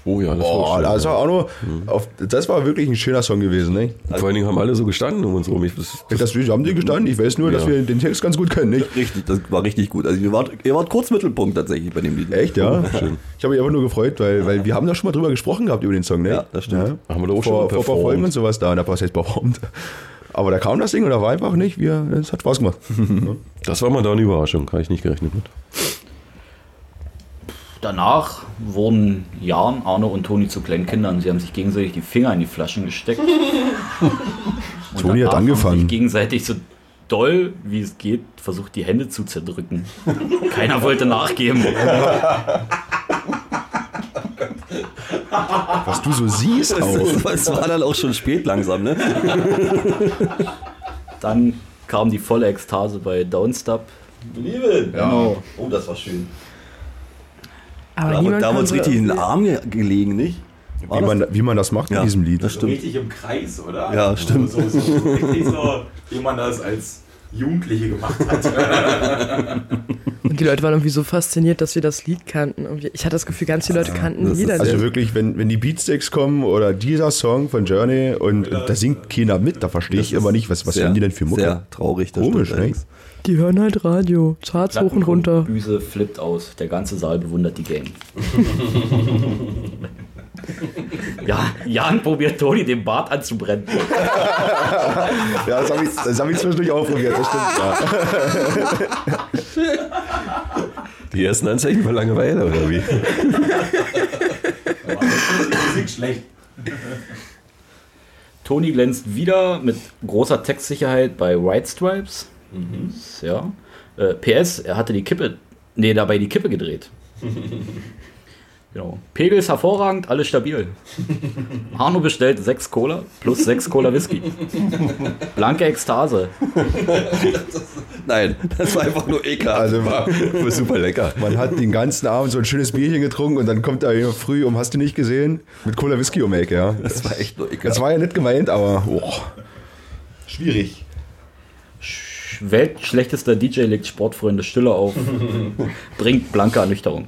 Oh ja, das
Boah,
war
das
schön.
war auch nur, auf, das war wirklich ein schöner Song gewesen, nicht?
Vor allen Dingen haben alle so gestanden um uns rum. Ich, das, das,
Das, wir haben die gestanden. Ich weiß nur, dass
Ja.
wir den Text ganz gut kennen, nicht?
Richtig, das war richtig gut. Also ihr wart, ihr wart kurz Mittelpunkt tatsächlich bei dem Lied.
Echt, ja? Ich habe mich einfach nur gefreut, weil, weil wir haben da schon mal drüber gesprochen gehabt über den Song, ne?
Ja, das stimmt.
haben wir doch auch schon
Vor,
mal
vor ein paar Folgen
performt.
und sowas da, da war es jetzt performt. Aber da kam das Ding oder war einfach nicht, wir, es hat Spaß gemacht.
Das war mal da eine Überraschung, habe ich nicht gerechnet mit.
Danach wurden Jan, Arno und Toni zu kleinen Kindern. Sie haben sich gegenseitig die Finger in die Flaschen gesteckt. Und
Toni hat
danach haben
angefangen.
Sich gegenseitig so doll, wie es geht, versucht die Hände zu zerdrücken. Keiner wollte nachgeben.
Was du so siehst auch.
Es war dann auch schon spät langsam, ne?
Dann kam die volle Ekstase bei Downstep.
Liebe.
Genau.
Oh, das war schön.
Aber
Da haben wir-
niemand
da haben wir uns
konnte-
richtig in den Arm ge gelegen, nicht? War
Wie
das-
man, wie man das macht
Ja,
in diesem Lied.
das stimmt.
Richtig im Kreis, oder? Also
Ja, stimmt.
So, so, so, richtig so, wie man das als Jugendliche gemacht hat.
Und die Leute waren irgendwie so fasziniert, dass wir das Lied kannten. Irgendwie- Ich hatte das Gefühl, ganz viele Leute kannten
das
Lieder
ist-
nicht.
Also wirklich, wenn, wenn die Beatsticks kommen oder dieser Song von Journey und da singt keiner mit, da verstehe ich immer nicht, was, was
Sehr-
hören die denn für Mucke?
Sehr traurig. das
Komisch,
stimmt
ne?
allerdings.
Die hören halt Radio, Charts hoch und runter.
Büse flippt aus. Der ganze Saal bewundert die Gang. ja, Jan probiert Toni den Bart anzubrennen.
Ja, das habe ich, das hab ich zwischendurch auch probiert, das stimmt. Ja.
Die ersten Anzeichen für Langeweile, oder wie?
Klingt schlecht.
Toni glänzt wieder mit großer Textsicherheit bei White Stripes. Ja. Äh, PS, er hatte die Kippe, nee, dabei die Kippe gedreht. genau. Pegel ist hervorragend, alles stabil. Arno bestellt 6 Cola plus 6 Cola Whisky. Blanke Ekstase.
Nein, das war einfach nur ekelhaft.
Also war,
War super lecker.
Man hat den ganzen Abend so ein schönes Bierchen getrunken und dann kommt er hier früh um, hast du nicht gesehen, mit Cola Whisky um die Ecke, ja.
Das war echt nur ekelhaft.
Das war ja nicht gemeint, aber oh. schwierig.
Weltschlechtester DJ legt Sportfreunde Stille auf. bringt blanke Ernüchterung.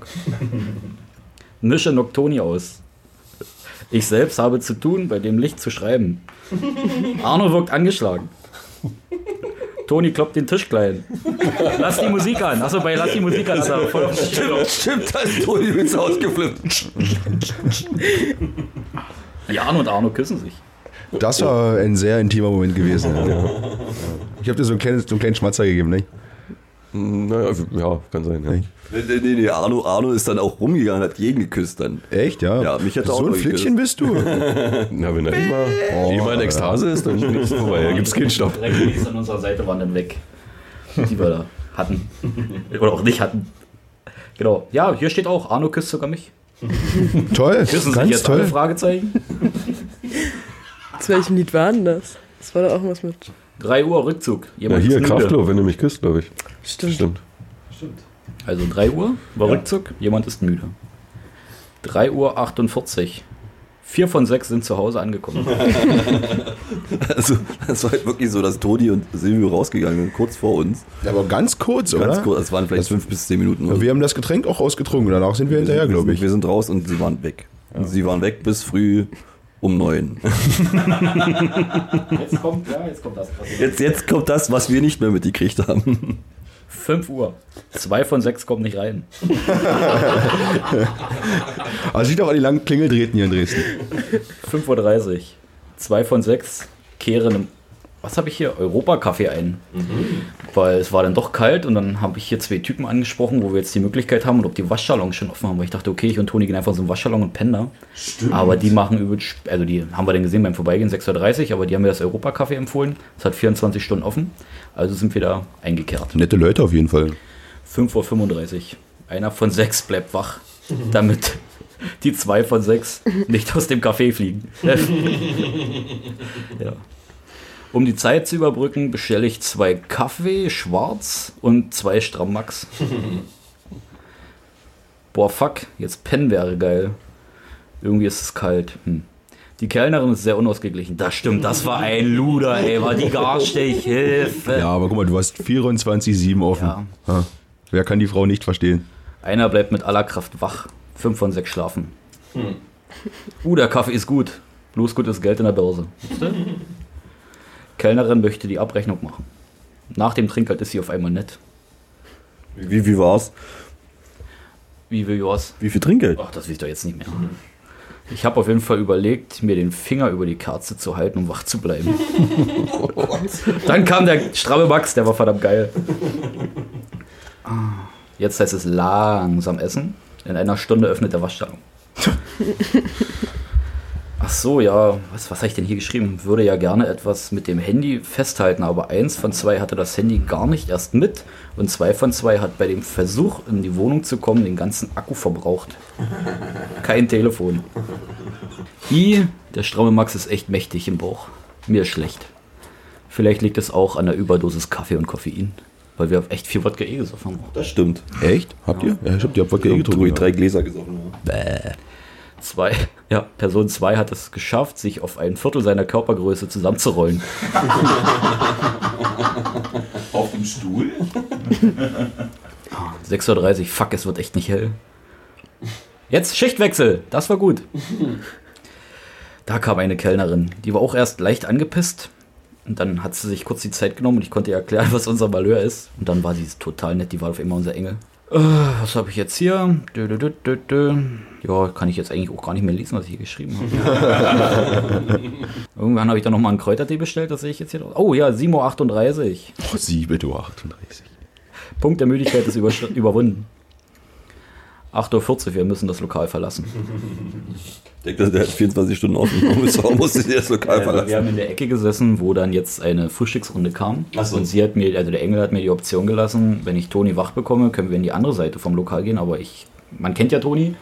Mische Noctoni aus. Ich selbst habe zu tun, bei dem Licht zu schreiben. Arno wirkt angeschlagen. Toni kloppt den Tisch klein. Lass die Musik an. Achso, bei Lass die Musik an. ist er voll auf
Stimmt, stimmt, da ist Toni übrigens ausgeflippt.
Jan und Arno küssen sich.
Das war ein sehr intimer Moment gewesen. Ja. Ich habe dir so einen, kleinen, so einen kleinen Schmatzer gegeben, ne?
Naja, also, ja, kann sein. Ja.
Nee, nee, nee, nee, Arno, Arno ist dann auch rumgegangen, hat jeden geküsst dann.
Echt, ja?
Ja, mich hat's auch
so ein
noch
Flückchen bist du. Oh.
Na, wenn da immer, immer in Ekstase ist, dann ist es vorbei. Da gibt es keinen Stopp.
Dreckis an unserer Seite waren dann weg. Die wir da hatten. Oder auch nicht hatten. Genau. Ja, hier steht auch, Arno küsst sogar mich.
toll,
Küssen sich
ganz
jetzt alle
toll.
Fragezeichen.
Zu welchem Lied war denn das? Das war doch auch was mit.
3 Uhr Rückzug.
Na,
Jemand
hier,
ist müde.
Kraftlob, wenn du mich küsst, glaube ich.
Stimmt.
Stimmt.
Also 3 Uhr war Rückzug, jemand ist müde. 3 Uhr 48. Vier von sechs sind zu Hause angekommen.
Also, das war halt wirklich so, dass Toni und Silvio rausgegangen sind, kurz vor uns.
Aber ganz kurz, oder?
Ganz kurz, das waren vielleicht fünf bis zehn Minuten. oder so.
Wir haben das Getränk auch ausgetrunken. Danach sind wir hinterher, glaube ich.
Wir sind raus und sie waren weg. Und sie waren weg bis früh um neun.
Jetzt kommt, ja, jetzt kommt das.
Jetzt, jetzt kommt das, was wir nicht mehr mitgekriegt haben.
5 Uhr. Zwei von sechs kommen nicht rein.
Also sieht auch an die langen Klingeldrähten hier in Dresden.
5.30 Uhr. Zwei von sechs kehren im, was habe ich hier, Europakaffee ein. Weil es war dann doch kalt und dann habe ich hier zwei Typen angesprochen, wo wir jetzt die Möglichkeit haben und ob die Waschsalons schon offen haben. Weil ich dachte, okay, ich und Toni gehen einfach in so einen Waschsalon und pennen da. Aber die machen übel, sp- also die haben wir dann gesehen beim Vorbeigehen, 6.30 Uhr, aber die haben mir das Europakaffee empfohlen. Es hat 24 Stunden offen, also sind wir da eingekehrt.
Nette Leute auf jeden Fall.
5.35 Uhr. Einer von sechs bleibt wach, damit die zwei von sechs nicht aus dem Café fliegen. ja. Um die Zeit zu überbrücken, bestelle ich zwei Kaffee schwarz und zwei Strammax. Boah, fuck, jetzt pennen wäre geil. Irgendwie ist es kalt. Hm. Die Kellnerin ist sehr unausgeglichen. Das stimmt, das war ein Luder, ey. War die garstig. Hilfe.
Ja, aber guck mal, du hast 24-7 offen.
Ja.
Ha. Wer kann die Frau nicht verstehen?
Einer bleibt mit aller Kraft wach. Fünf von sechs schlafen. Uh, der Kaffee ist gut. Bloß gutes Geld in der Börse. Kellnerin möchte die Abrechnung machen. Nach dem Trinkgeld ist sie auf einmal nett.
Wie, wie war's?
Wie will Joas?
Wie viel Trinkgeld?
Ach, das will ich doch jetzt nicht mehr. Ich habe auf jeden Fall überlegt, mir den Finger über die Kerze zu halten, um wach zu bleiben. Dann kam der stramme Max, der war verdammt geil. Ah, Jetzt heißt es langsam essen. In einer Stunde öffnet der Waschsalon. Ach so, ja. Was, was habe ich denn hier geschrieben? Würde ja gerne etwas mit dem Handy festhalten, aber eins von zwei hatte das Handy gar nicht erst mit und zwei von zwei hat bei dem Versuch, in die Wohnung zu kommen, den ganzen Akku verbraucht. Kein Telefon. I, der stramme Max ist echt mächtig im Bauch. Mir ist schlecht. Vielleicht liegt es auch an der Überdosis Kaffee und Koffein, weil wir echt viel Wodka eh gesoffen haben.
Das stimmt.
Echt? Habt ihr? Ja, ich hab die Abwacke eh
Drei,
getrunken.
drei Gläser gesoffen. Ja.
Zwei, ja, Person 2 hat es geschafft, sich auf ein Viertel seiner Körpergröße zusammenzurollen.
Auf dem Stuhl?
6.30 Uhr, fuck, es wird echt nicht hell. Jetzt Schichtwechsel, das war gut. Da kam eine Kellnerin, die war auch erst leicht angepisst. Und dann hat sie sich kurz die Zeit genommen und ich konnte ihr erklären, was unser Malheur ist. Und dann war sie total nett, die war auf immer unser Engel. Äh, was habe ich jetzt hier? Dö, dö, dö, dö, dö. Ja, kann ich jetzt eigentlich auch gar nicht mehr lesen, was ich hier geschrieben habe. Irgendwann habe ich dann nochmal einen Kräutertee bestellt, das sehe ich jetzt hier drauf. Oh ja, 7.38 Uhr.
Oh, 7 Uhr 38.
Punkt der Müdigkeit ist überschr- überwunden. 8.40 Uhr, wir müssen das Lokal verlassen.
Ich denke, dass der hat 24 Stunden offen. Warum musste ich das
Äh,
Lokal
Also, wir
verlassen?
haben in der Ecke gesessen, wo dann jetzt eine Frühstücksrunde kam.
so.
Und sie hat mir, also der Engel hat mir die Option gelassen, wenn ich Toni wach bekomme, können wir in die andere Seite vom Lokal gehen. Aber ich, man kennt ja Toni.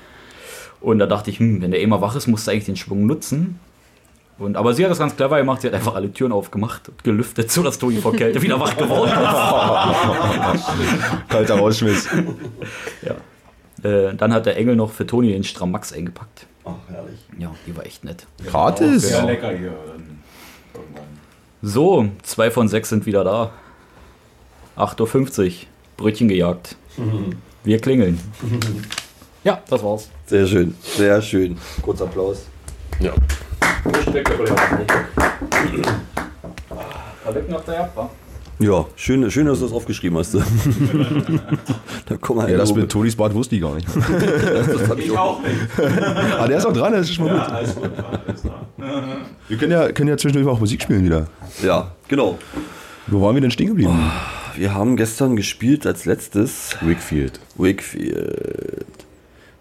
Und da dachte ich, hm, wenn der eh mal wach ist, musst du eigentlich den Schwung nutzen. Und, aber sie hat das ganz clever gemacht. Sie hat einfach alle Türen aufgemacht und gelüftet, sodass Toni vor Kälte wieder wach geworden ist.
Kalter Rausschmiss.
Äh, dann hat der Engel noch für Toni den Strammax eingepackt.
Ach, herrlich.
Ja, die war echt nett.
Gratis?
Sehr lecker hier. dann Irgendwann.
Genau. So, zwei von sechs sind wieder da. 8.50 Uhr, Brötchen gejagt. Wir klingeln. Ja, das war's.
Sehr schön, sehr schön. Kurz Applaus.
Ja.
Da liegt noch Ah, der Japan.
Ja, schön, schön, dass du das aufgeschrieben hast. da kommen wir
Ja, das mit Tonis Bart wusste ich gar nicht.
Ich auch nicht.
Aber Ah, der ist auch dran, das ist schon mal gut.
Alles gut, alles klar.
Wir können ja, können ja zwischendurch auch Musik spielen wieder.
Ja, genau.
Wo waren wir denn stehen geblieben?
Wir haben gestern gespielt als letztes
Wakefield.
Wakefield.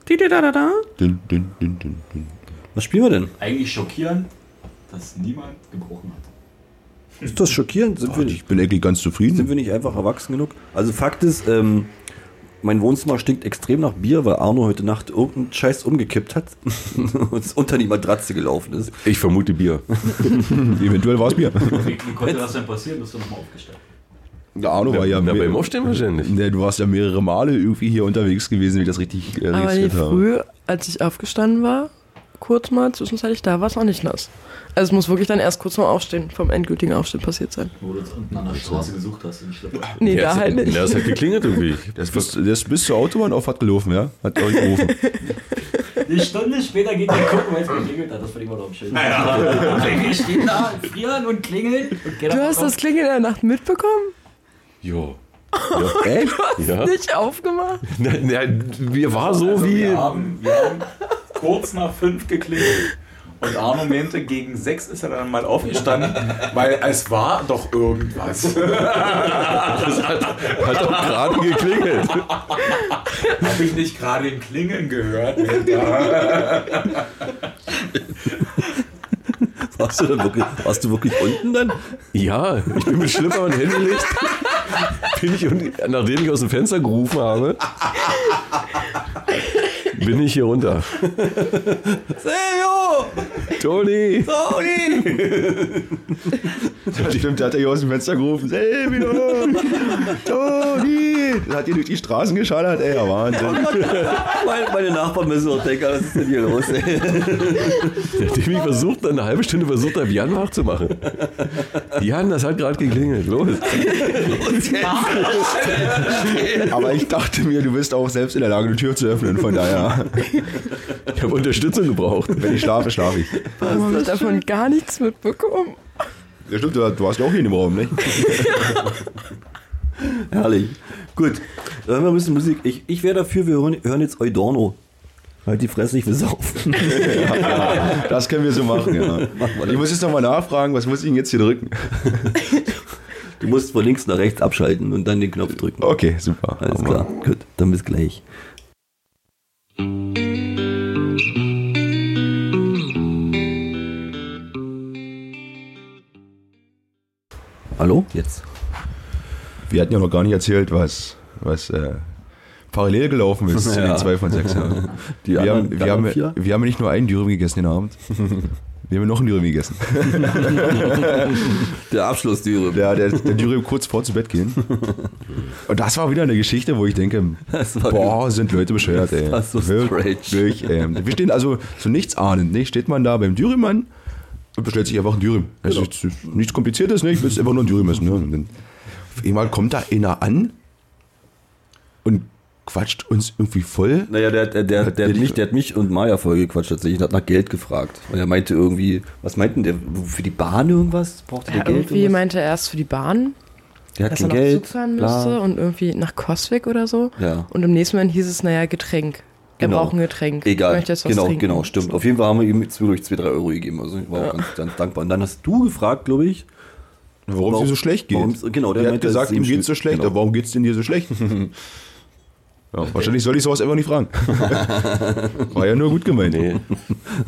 Dün, dün, dün, dün, dün.
Was spielen wir denn?
Eigentlich schockierend, dass niemand gebrochen hat.
Ist das schockierend? Sind, wir,
Ich bin eigentlich ganz
sind
zufrieden.
wir nicht einfach erwachsen genug? Also Fakt ist, ähm, mein Wohnzimmer stinkt extrem nach Bier, weil Arno heute Nacht irgendeinen Scheiß umgekippt hat und es unter die Matratze gelaufen ist.
Ich vermute Bier.
Eventuell war es Bier.
Wie, wie konnte das denn passieren? Bist du nochmal aufgestellt?
Der Arno war ja.
Na, beim
mehr,
Aufstehen wahrscheinlich.
nee, du warst ja mehrere Male irgendwie hier unterwegs gewesen, wie ich das richtig äh,
Aber nee,
registriert habe.
früh, als ich aufgestanden war, kurz mal zwischenzeitlich da, war es noch nicht nass. Also es muss wirklich dann erst kurz mal aufstehen, vom endgültigen Aufstehen passiert sein.
Wo du uns unten an der Straße gesucht hast. Und ich glaub,
Nee,
Ja,
da
es-
halt nicht.
Na, es hat geklingelt irgendwie.
Das bis, das bis zur Autobahn auf hat gelaufen, ja? Hat euch gerufen.
Eine Stunde später geht der gucken, weil es geklingelt hat. Das fand ich immer noch am schönsten. Wir stehen da, frieren und klingeln. Und
Du hast das Klingeln in der Nacht mitbekommen?
Jo.
Echt?
Ja.
Nicht aufgemacht?
Na, na, mir war so
Also
wie.
Wir haben, wir haben kurz nach fünf geklingelt. Und Arno meinte, gegen sechs ist er dann mal aufgestanden, weil es war doch irgendwas.
Hat doch gerade geklingelt.
Habe ich nicht gerade den Klingeln gehört?
Warst du, dann wirklich, warst du wirklich unten dann?
Ja, ich bin mit Schlipper und Handylicht. Bin ich, und nachdem ich aus dem Fenster gerufen habe, bin ich hier runter.
Sergio!
Toni!
Toni!
Stimmt, da hat er hier aus dem Fenster gerufen. Silvio! Toni! Das hat ihr durch die Straßen geschallert, ey, ja, Wahnsinn.
Meine, meine Nachbarn müssen auch denken, was ist denn hier los? Ey?
Nachdem ich versucht, eine halbe Stunde versucht habe, Jan wachzumachen. Jan, das hat gerade geklingelt. Los!
Aber ich dachte mir, du bist auch selbst in der Lage, eine Tür zu öffnen, von daher.
Ich habe Unterstützung gebraucht.
Wenn ich schlafe, schlafe ich.
Warum habe ich davon gar nichts mitbekommen?
Ja, stimmt, du du warst ja auch hier im Raum, ne?
Herrlich. Gut, dann hören wir ein bisschen Musik. Ich, ich wäre dafür, wir hören, hören jetzt Eudorno. Halt die Fresse, ich will saufen.
Das können wir so machen, ja. Ich muss jetzt nochmal nachfragen, was muss ich denn jetzt hier drücken?
Du musst von links nach rechts abschalten und dann den Knopf drücken.
Okay, super.
Alles klar, gut, dann bis gleich. Hallo? Jetzt.
Wir hatten ja noch gar nicht erzählt, was, was äh, parallel gelaufen ist zu den zwei von sechs. Ja.
Die
Wir,
anderen-
haben,
die
wir, haben,
anderen
wir
vier?
haben ja nicht nur einen Dürüm gegessen den Abend. Wir haben ja noch einen Dürüm gegessen.
Der Abschluss, Dürüm.
Der, der, der Dürüm kurz vor zu Bett gehen. Und das war wieder eine Geschichte, wo ich denke,
Das war-
boah, sind Leute bescheuert, ey.
war so strange.
Wirklich, ey. Wir stehen also so nichts ahnend, ne? Steht man da beim Dürüm an und bestellt sich einfach einen Dürüm. Das
Genau.
ist jetzt nichts kompliziertes, ne? Ich will jetzt einfach nur einen Dürüm essen. Ne? Und dann auf einmal kommt da einer an und quatscht uns irgendwie voll.
Naja, der, der, der, der, hat mich, der hat mich und Maya vollgequatscht tatsächlich. Der hat nach Geld gefragt. Und er meinte irgendwie, was meinten der? Für die Bahn irgendwas? Brauchte der
Ja,
Geld?
irgendwie
Irgendwas?
meinte er erst für die Bahn,
Der hat
dass er
kein
noch
Geld.
Zug fahren
bla.
müsste und irgendwie nach Coswig oder so.
Ja.
Und im nächsten Moment hieß es, naja, Getränk. Wir
Genau.
brauchen ein Getränk.
Egal.
Ich möchte jetzt was
genau,
trinken.
genau, stimmt. Auf jeden Fall haben wir ihm zwischendurch 2, 3 Euro gegeben. Also ich war auch ganz, ganz dankbar. Und dann hast du gefragt, glaube ich.
Warum es
Warum-
dir so schlecht geht.
warum's- genau, der
der hat
meinte, es
gesagt,
ist ihm
ihm geht's so
schlecht,
schlecht.
genau.
Aber warum geht's denn dir so schlecht? Ja, wahrscheinlich soll ich sowas einfach nicht fragen. War ja nur gut gemeint.
Nee.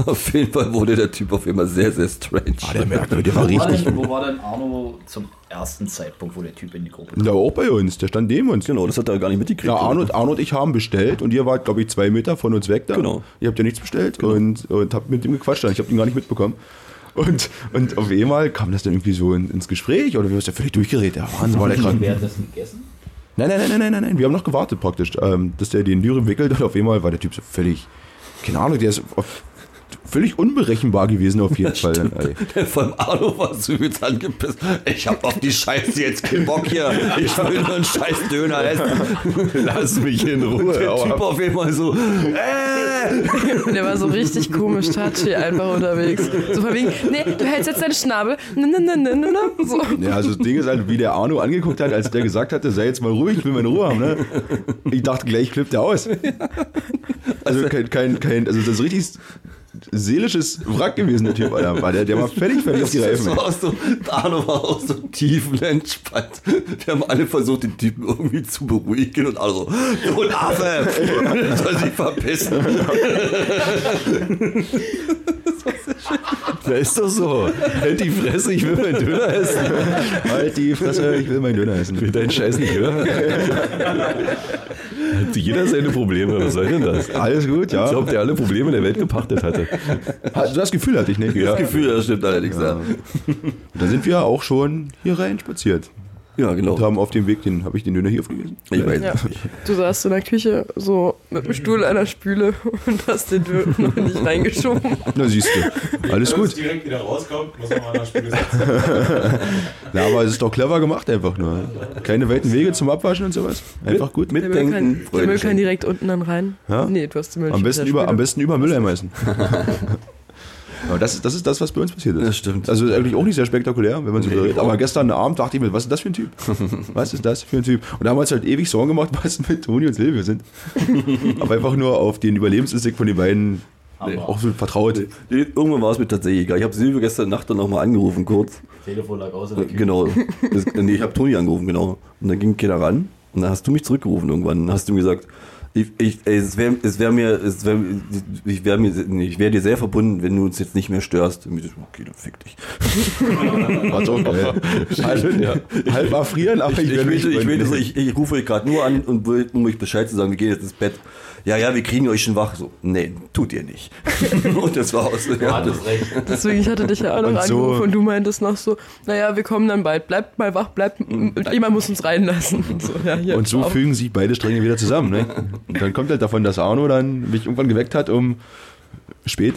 Auf jeden Fall wurde der Typ auf einmal sehr, sehr strange.
Ah, der merkt, der war richtig.
denn, wo war denn Arno zum ersten Zeitpunkt, wo der Typ in die Gruppe
Der war auch bei uns, der stand neben uns.
Genau, das hat er gar nicht mitgekriegt.
Ja, Arno, und- Arno und ich haben bestellt und ihr wart, glaube ich, zwei Meter von uns weg da.
Genau.
Ihr habt ja nichts bestellt und, und habt mit ihm gequatscht. Ich habe ihn gar nicht mitbekommen. Und, und auf einmal kam das dann irgendwie so in, ins Gespräch oder wir haben ja völlig durchgeredet. Ja, Wahnsinn, war der krank.
Währenddessen gegessen?
Nein, nein, nein, nein, nein, nein, nein. Wir haben noch gewartet praktisch, ähm, dass der den Dürüm wickelt und auf einmal war der Typ so völlig, keine Ahnung, der ist auf, völlig unberechenbar gewesen auf jeden Fall. ne? Ey.
Von Arno war übelst angepisst. Ich hab auf die Scheiße jetzt keinen Bock hier. Ich will nur einen scheiß Döner essen. Lass mich in Ruhe. Der Typ auf jeden Fall so, äh,
Der war so richtig komisch, touchy, einfach unterwegs. So von wegen, nee, du hältst jetzt deinen Schnabel. Ne, ne, ne, ne, ne, ne. So.
Ja, also das Ding ist halt, wie der Arno angeguckt hat, als der gesagt hatte, sei jetzt mal ruhig, ich will meine Ruhe haben. Ne? Ich dachte, gleich klippt er aus. Also kein, kein, kein, also das ist richtig seelisches Wrack gewesen, der Typ, Alter. War der, der war fertig, fertig auf die Reifen.
Das
ey.
war auch so, Arno war auch so tiefenentspannt. Wir haben alle versucht, den Typen irgendwie zu beruhigen und Arno so, du Affe, soll sich verpissen.
Na, ist doch so. Halt die Fresse, ich will meinen Döner essen.
Halt die Fresse, ich will meinen Döner essen.
Will deinen Scheiß nicht hören. Hat jeder seine Probleme, was soll denn das?
Alles gut,
Ich
ja.
glaube, der alle Probleme der Welt gepachtet hatte.
Also das Gefühl hatte ich nicht. Ja.
Das Gefühl, das stimmt allerdings. Ja,
Da sind wir auch schon hier rein spaziert.
ja genau.
Und haben auf dem Weg den, habe ich den Döner hier aufgegessen?
Ich weiß
Ja.
nicht.
Du saßt in der Küche so mit dem Stuhl an der Spüle und hast den Dürren noch nicht reingeschoben.
Na siehst du, alles gut.
direkt wieder rauskommt, muss man mal nach Spiegel setzen.
Ja, aber es ist doch clever gemacht einfach nur. Keine weiten Wege zum Abwaschen und sowas. Einfach gut.
Der Müll kann,
Mitdenken,
der Müll kann
Freunde.
direkt unten dann rein.
Ja?
Nee, du hast den Müll
Am
schon
besten,
wieder
über,
später.
am besten über Mülleimer essen. Aber das, ist- das ist das, was bei uns passiert ist.
Das stimmt.
Also ist eigentlich auch nicht sehr spektakulär, wenn man so redet. Aber gestern Abend dachte ich mir, was ist das für ein Typ? Was ist das für ein Typ? Und da haben wir uns halt ewig Sorgen gemacht, was mit Toni und Silvio sind. Aber einfach nur auf den Überlebensinstinkt von den beiden
Aber-
auch so vertraut.
Nee, Irgendwann war es mir tatsächlich egal. Ich habe Silvio gestern Nacht dann nochmal angerufen, kurz.
Telefon lag aus in der Küche.
Genau. Das, nee, ich habe Toni angerufen, genau. Und dann ging keiner ran. Und dann hast du mich zurückgerufen irgendwann. Und hast du mir gesagt, ich, ich, ey, es wäre es wär mir, es wär, ich wäre mir, nee, ich wäre dir sehr verbunden, wenn du uns jetzt nicht mehr störst. Und ich so, okay, dann fick dich.
War so geil. Äh, halb, halb erfrieren, aber ich,
Ich,
werde
ich,
mich
ich,
freuen.
ich, ich, ich rufe euch gerade nur an, und will, um euch Bescheid zu sagen, wir gehen jetzt ins Bett. Ja, ja, wir kriegen euch schon wach. So, nee, tut ihr nicht. und das war aus.
Ja,
Ja, das,
das recht.
Deswegen, ich hatte dich ja auch noch
Und so-
angerufen und du meintest noch so, naja, wir kommen dann bald, bleibt mal wach, bleibt, jemand muss uns reinlassen. Und so, ja, hier,
Mm. Und so
ciao.
fügen sich beide Stränge wieder zusammen. Ne? Und dann kommt halt davon, dass Arno dann mich irgendwann geweckt hat um spät,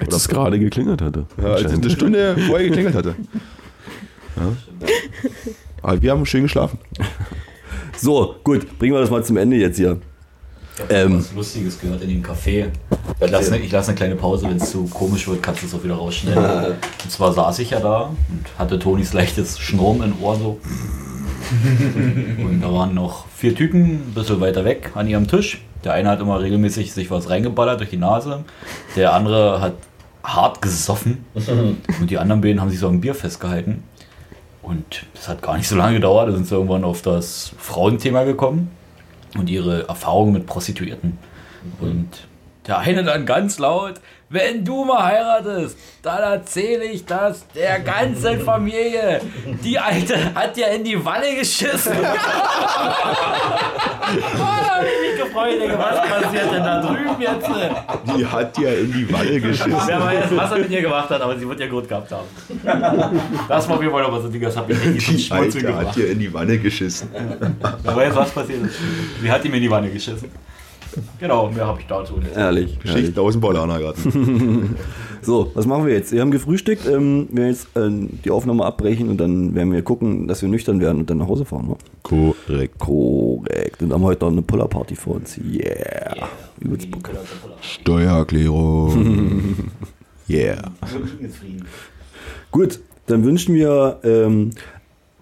Als es gerade geklingelt hatte.
ja, also als es
anscheinend.
eine Stunde vorher geklingelt hatte. Ja. Aber wir haben schön geschlafen.
so, gut, bringen wir das mal zum Ende jetzt hier.
Ich habe
Ähm.
was Lustiges gehört in dem Café. Ich lasse eine, ich lass eine kleine Pause, wenn es zu komisch wird, kannst du es auch wieder rausschneiden. Und zwar saß ich ja da und hatte Tonis leichtes Schnurren im Ohr so. Und da waren noch vier Typen, ein bisschen weiter weg an ihrem Tisch. Der eine hat immer regelmäßig sich was reingeballert durch die Nase. Der andere hat hart gesoffen. Und die anderen beiden haben sich so am Bier festgehalten. Und das hat gar nicht so lange gedauert. Da sind sie irgendwann auf das Frauenthema gekommen und ihre Erfahrungen mit Prostituierten. Und der eine dann ganz laut, wenn du mal heiratest, dann erzähle ich das der ganzen Familie. Die Alte hat ja in die Wanne geschissen. oh, da hab ich mich gefreut, denke, was passiert denn da drüben jetzt?
Die hat ja in die Wanne geschissen.
Wer weiß, was er mit ihr gemacht hat, aber sie wird ja gut gehabt haben. Das war mir wohl aber so ein Ding, das habe ich nicht in die
Die
Schmutz
Alte hat
gebracht.
ja in die Wanne geschissen.
Aber jetzt was passiert ist. Sie hat ihm in die Wanne geschissen. Genau, mehr habe ich dazu nicht.
Ehrlich. ehrlich.
Geschichte aus dem Paulanergarten.
So, was machen wir jetzt? Wir haben gefrühstückt, ähm, wir werden jetzt ähm, die Aufnahme abbrechen und dann werden wir gucken, dass wir nüchtern werden und dann nach Hause fahren. Ne?
Korrekt.
Korrekt. Und haben heute noch eine Pullerparty vor uns. Yeah. Übelst Bock.
Steuererklärung. Yeah.
Gut, dann wünschen wir ähm,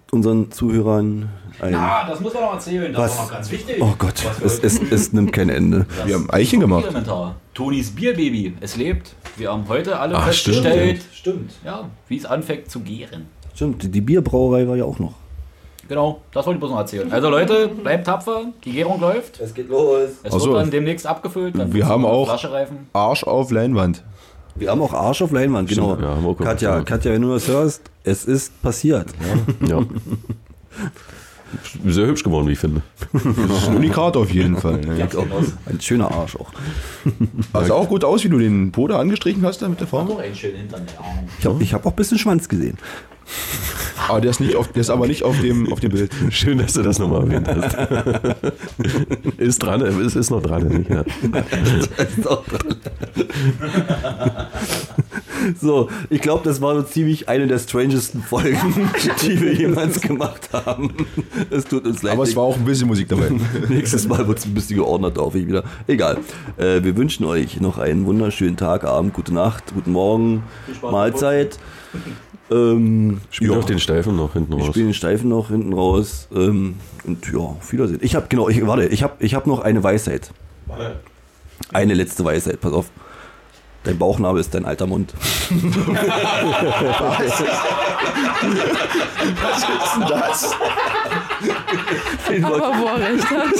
unseren Zuhörern ein.
Ah, das muss man noch erzählen. Das
Was?
ist noch ganz wichtig.
Oh Gott, es, es, es nimmt kein Ende.
Wir haben Eichen gemacht.
Elementar. Tonis Bierbaby. Es lebt. Wir haben heute alle
Ach, stimmt.
festgestellt. Stimmt. Ja, wie es anfängt zu gären.
Stimmt, die- die Bierbrauerei war ja auch noch.
Genau, das wollte ich bloß noch erzählen. Also Leute, bleibt tapfer. Die Gärung läuft.
Es geht los.
Es
Ach so.
wird dann demnächst abgefüllt. Dann
Wir
wird's
haben
noch eine
auch-
Flasche reifen.
Arsch auf Leinwand.
Wir haben auch Arsch auf Leinwand, genau.
Stimmt, ja, haben wir auch gemacht,
Katja,
ja.
Katja, wenn du das hörst, es ist passiert.
Ja. Sehr hübsch geworden, wie ich finde.
Das ist ein Unikat auf jeden Fall. Ne?
Ein schöner Arsch auch.
Also auch gut aus, wie du den Bruder angestrichen hast da mit der Form.
Mhm.
Noch einen schönen Hintern. Ja.
Ich habe ich hab auch ein bisschen Schwanz gesehen.
Aber Ah, der ist, nicht auf, der ist aber nicht auf dem, auf dem Bild.
Schön, dass du das nochmal erwähnt hast. ist dran, äh, ist, ist noch dran. Nicht? Ja.
so, ich glaube, das war so ziemlich eine der strangesten Folgen, die wir jemals gemacht haben. Es tut uns leid.
Aber es war auch ein bisschen Musik dabei.
Nächstes Mal wird es ein bisschen geordnet, hoffe ich wieder. Egal. Äh, wir wünschen euch noch einen wunderschönen Tag, Abend, gute Nacht, guten Morgen, Mahlzeit. Ähm,
Spiel
ja.
doch den Steifen noch hinten
Ich
raus.
spiele den Steifen noch hinten raus. Ähm, und ja, auf Wiedersehen. Ich habe, genau, ich, warte, ich habe ich hab noch eine Weisheit. Eine letzte Weisheit, pass auf. Dein Bauchnabel ist dein alter Mund.
Das?
Den wollte
Aber wo er recht hat.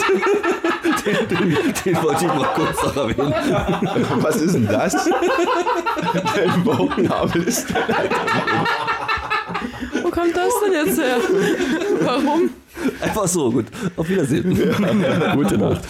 den wollte ich mal kurz noch erwähnen.
Was ist denn das? Dein Bauchnabel ist.
Wo kommt das denn jetzt her? Warum?
Einfach so, gut. Auf Wiedersehen.
Gute Nacht.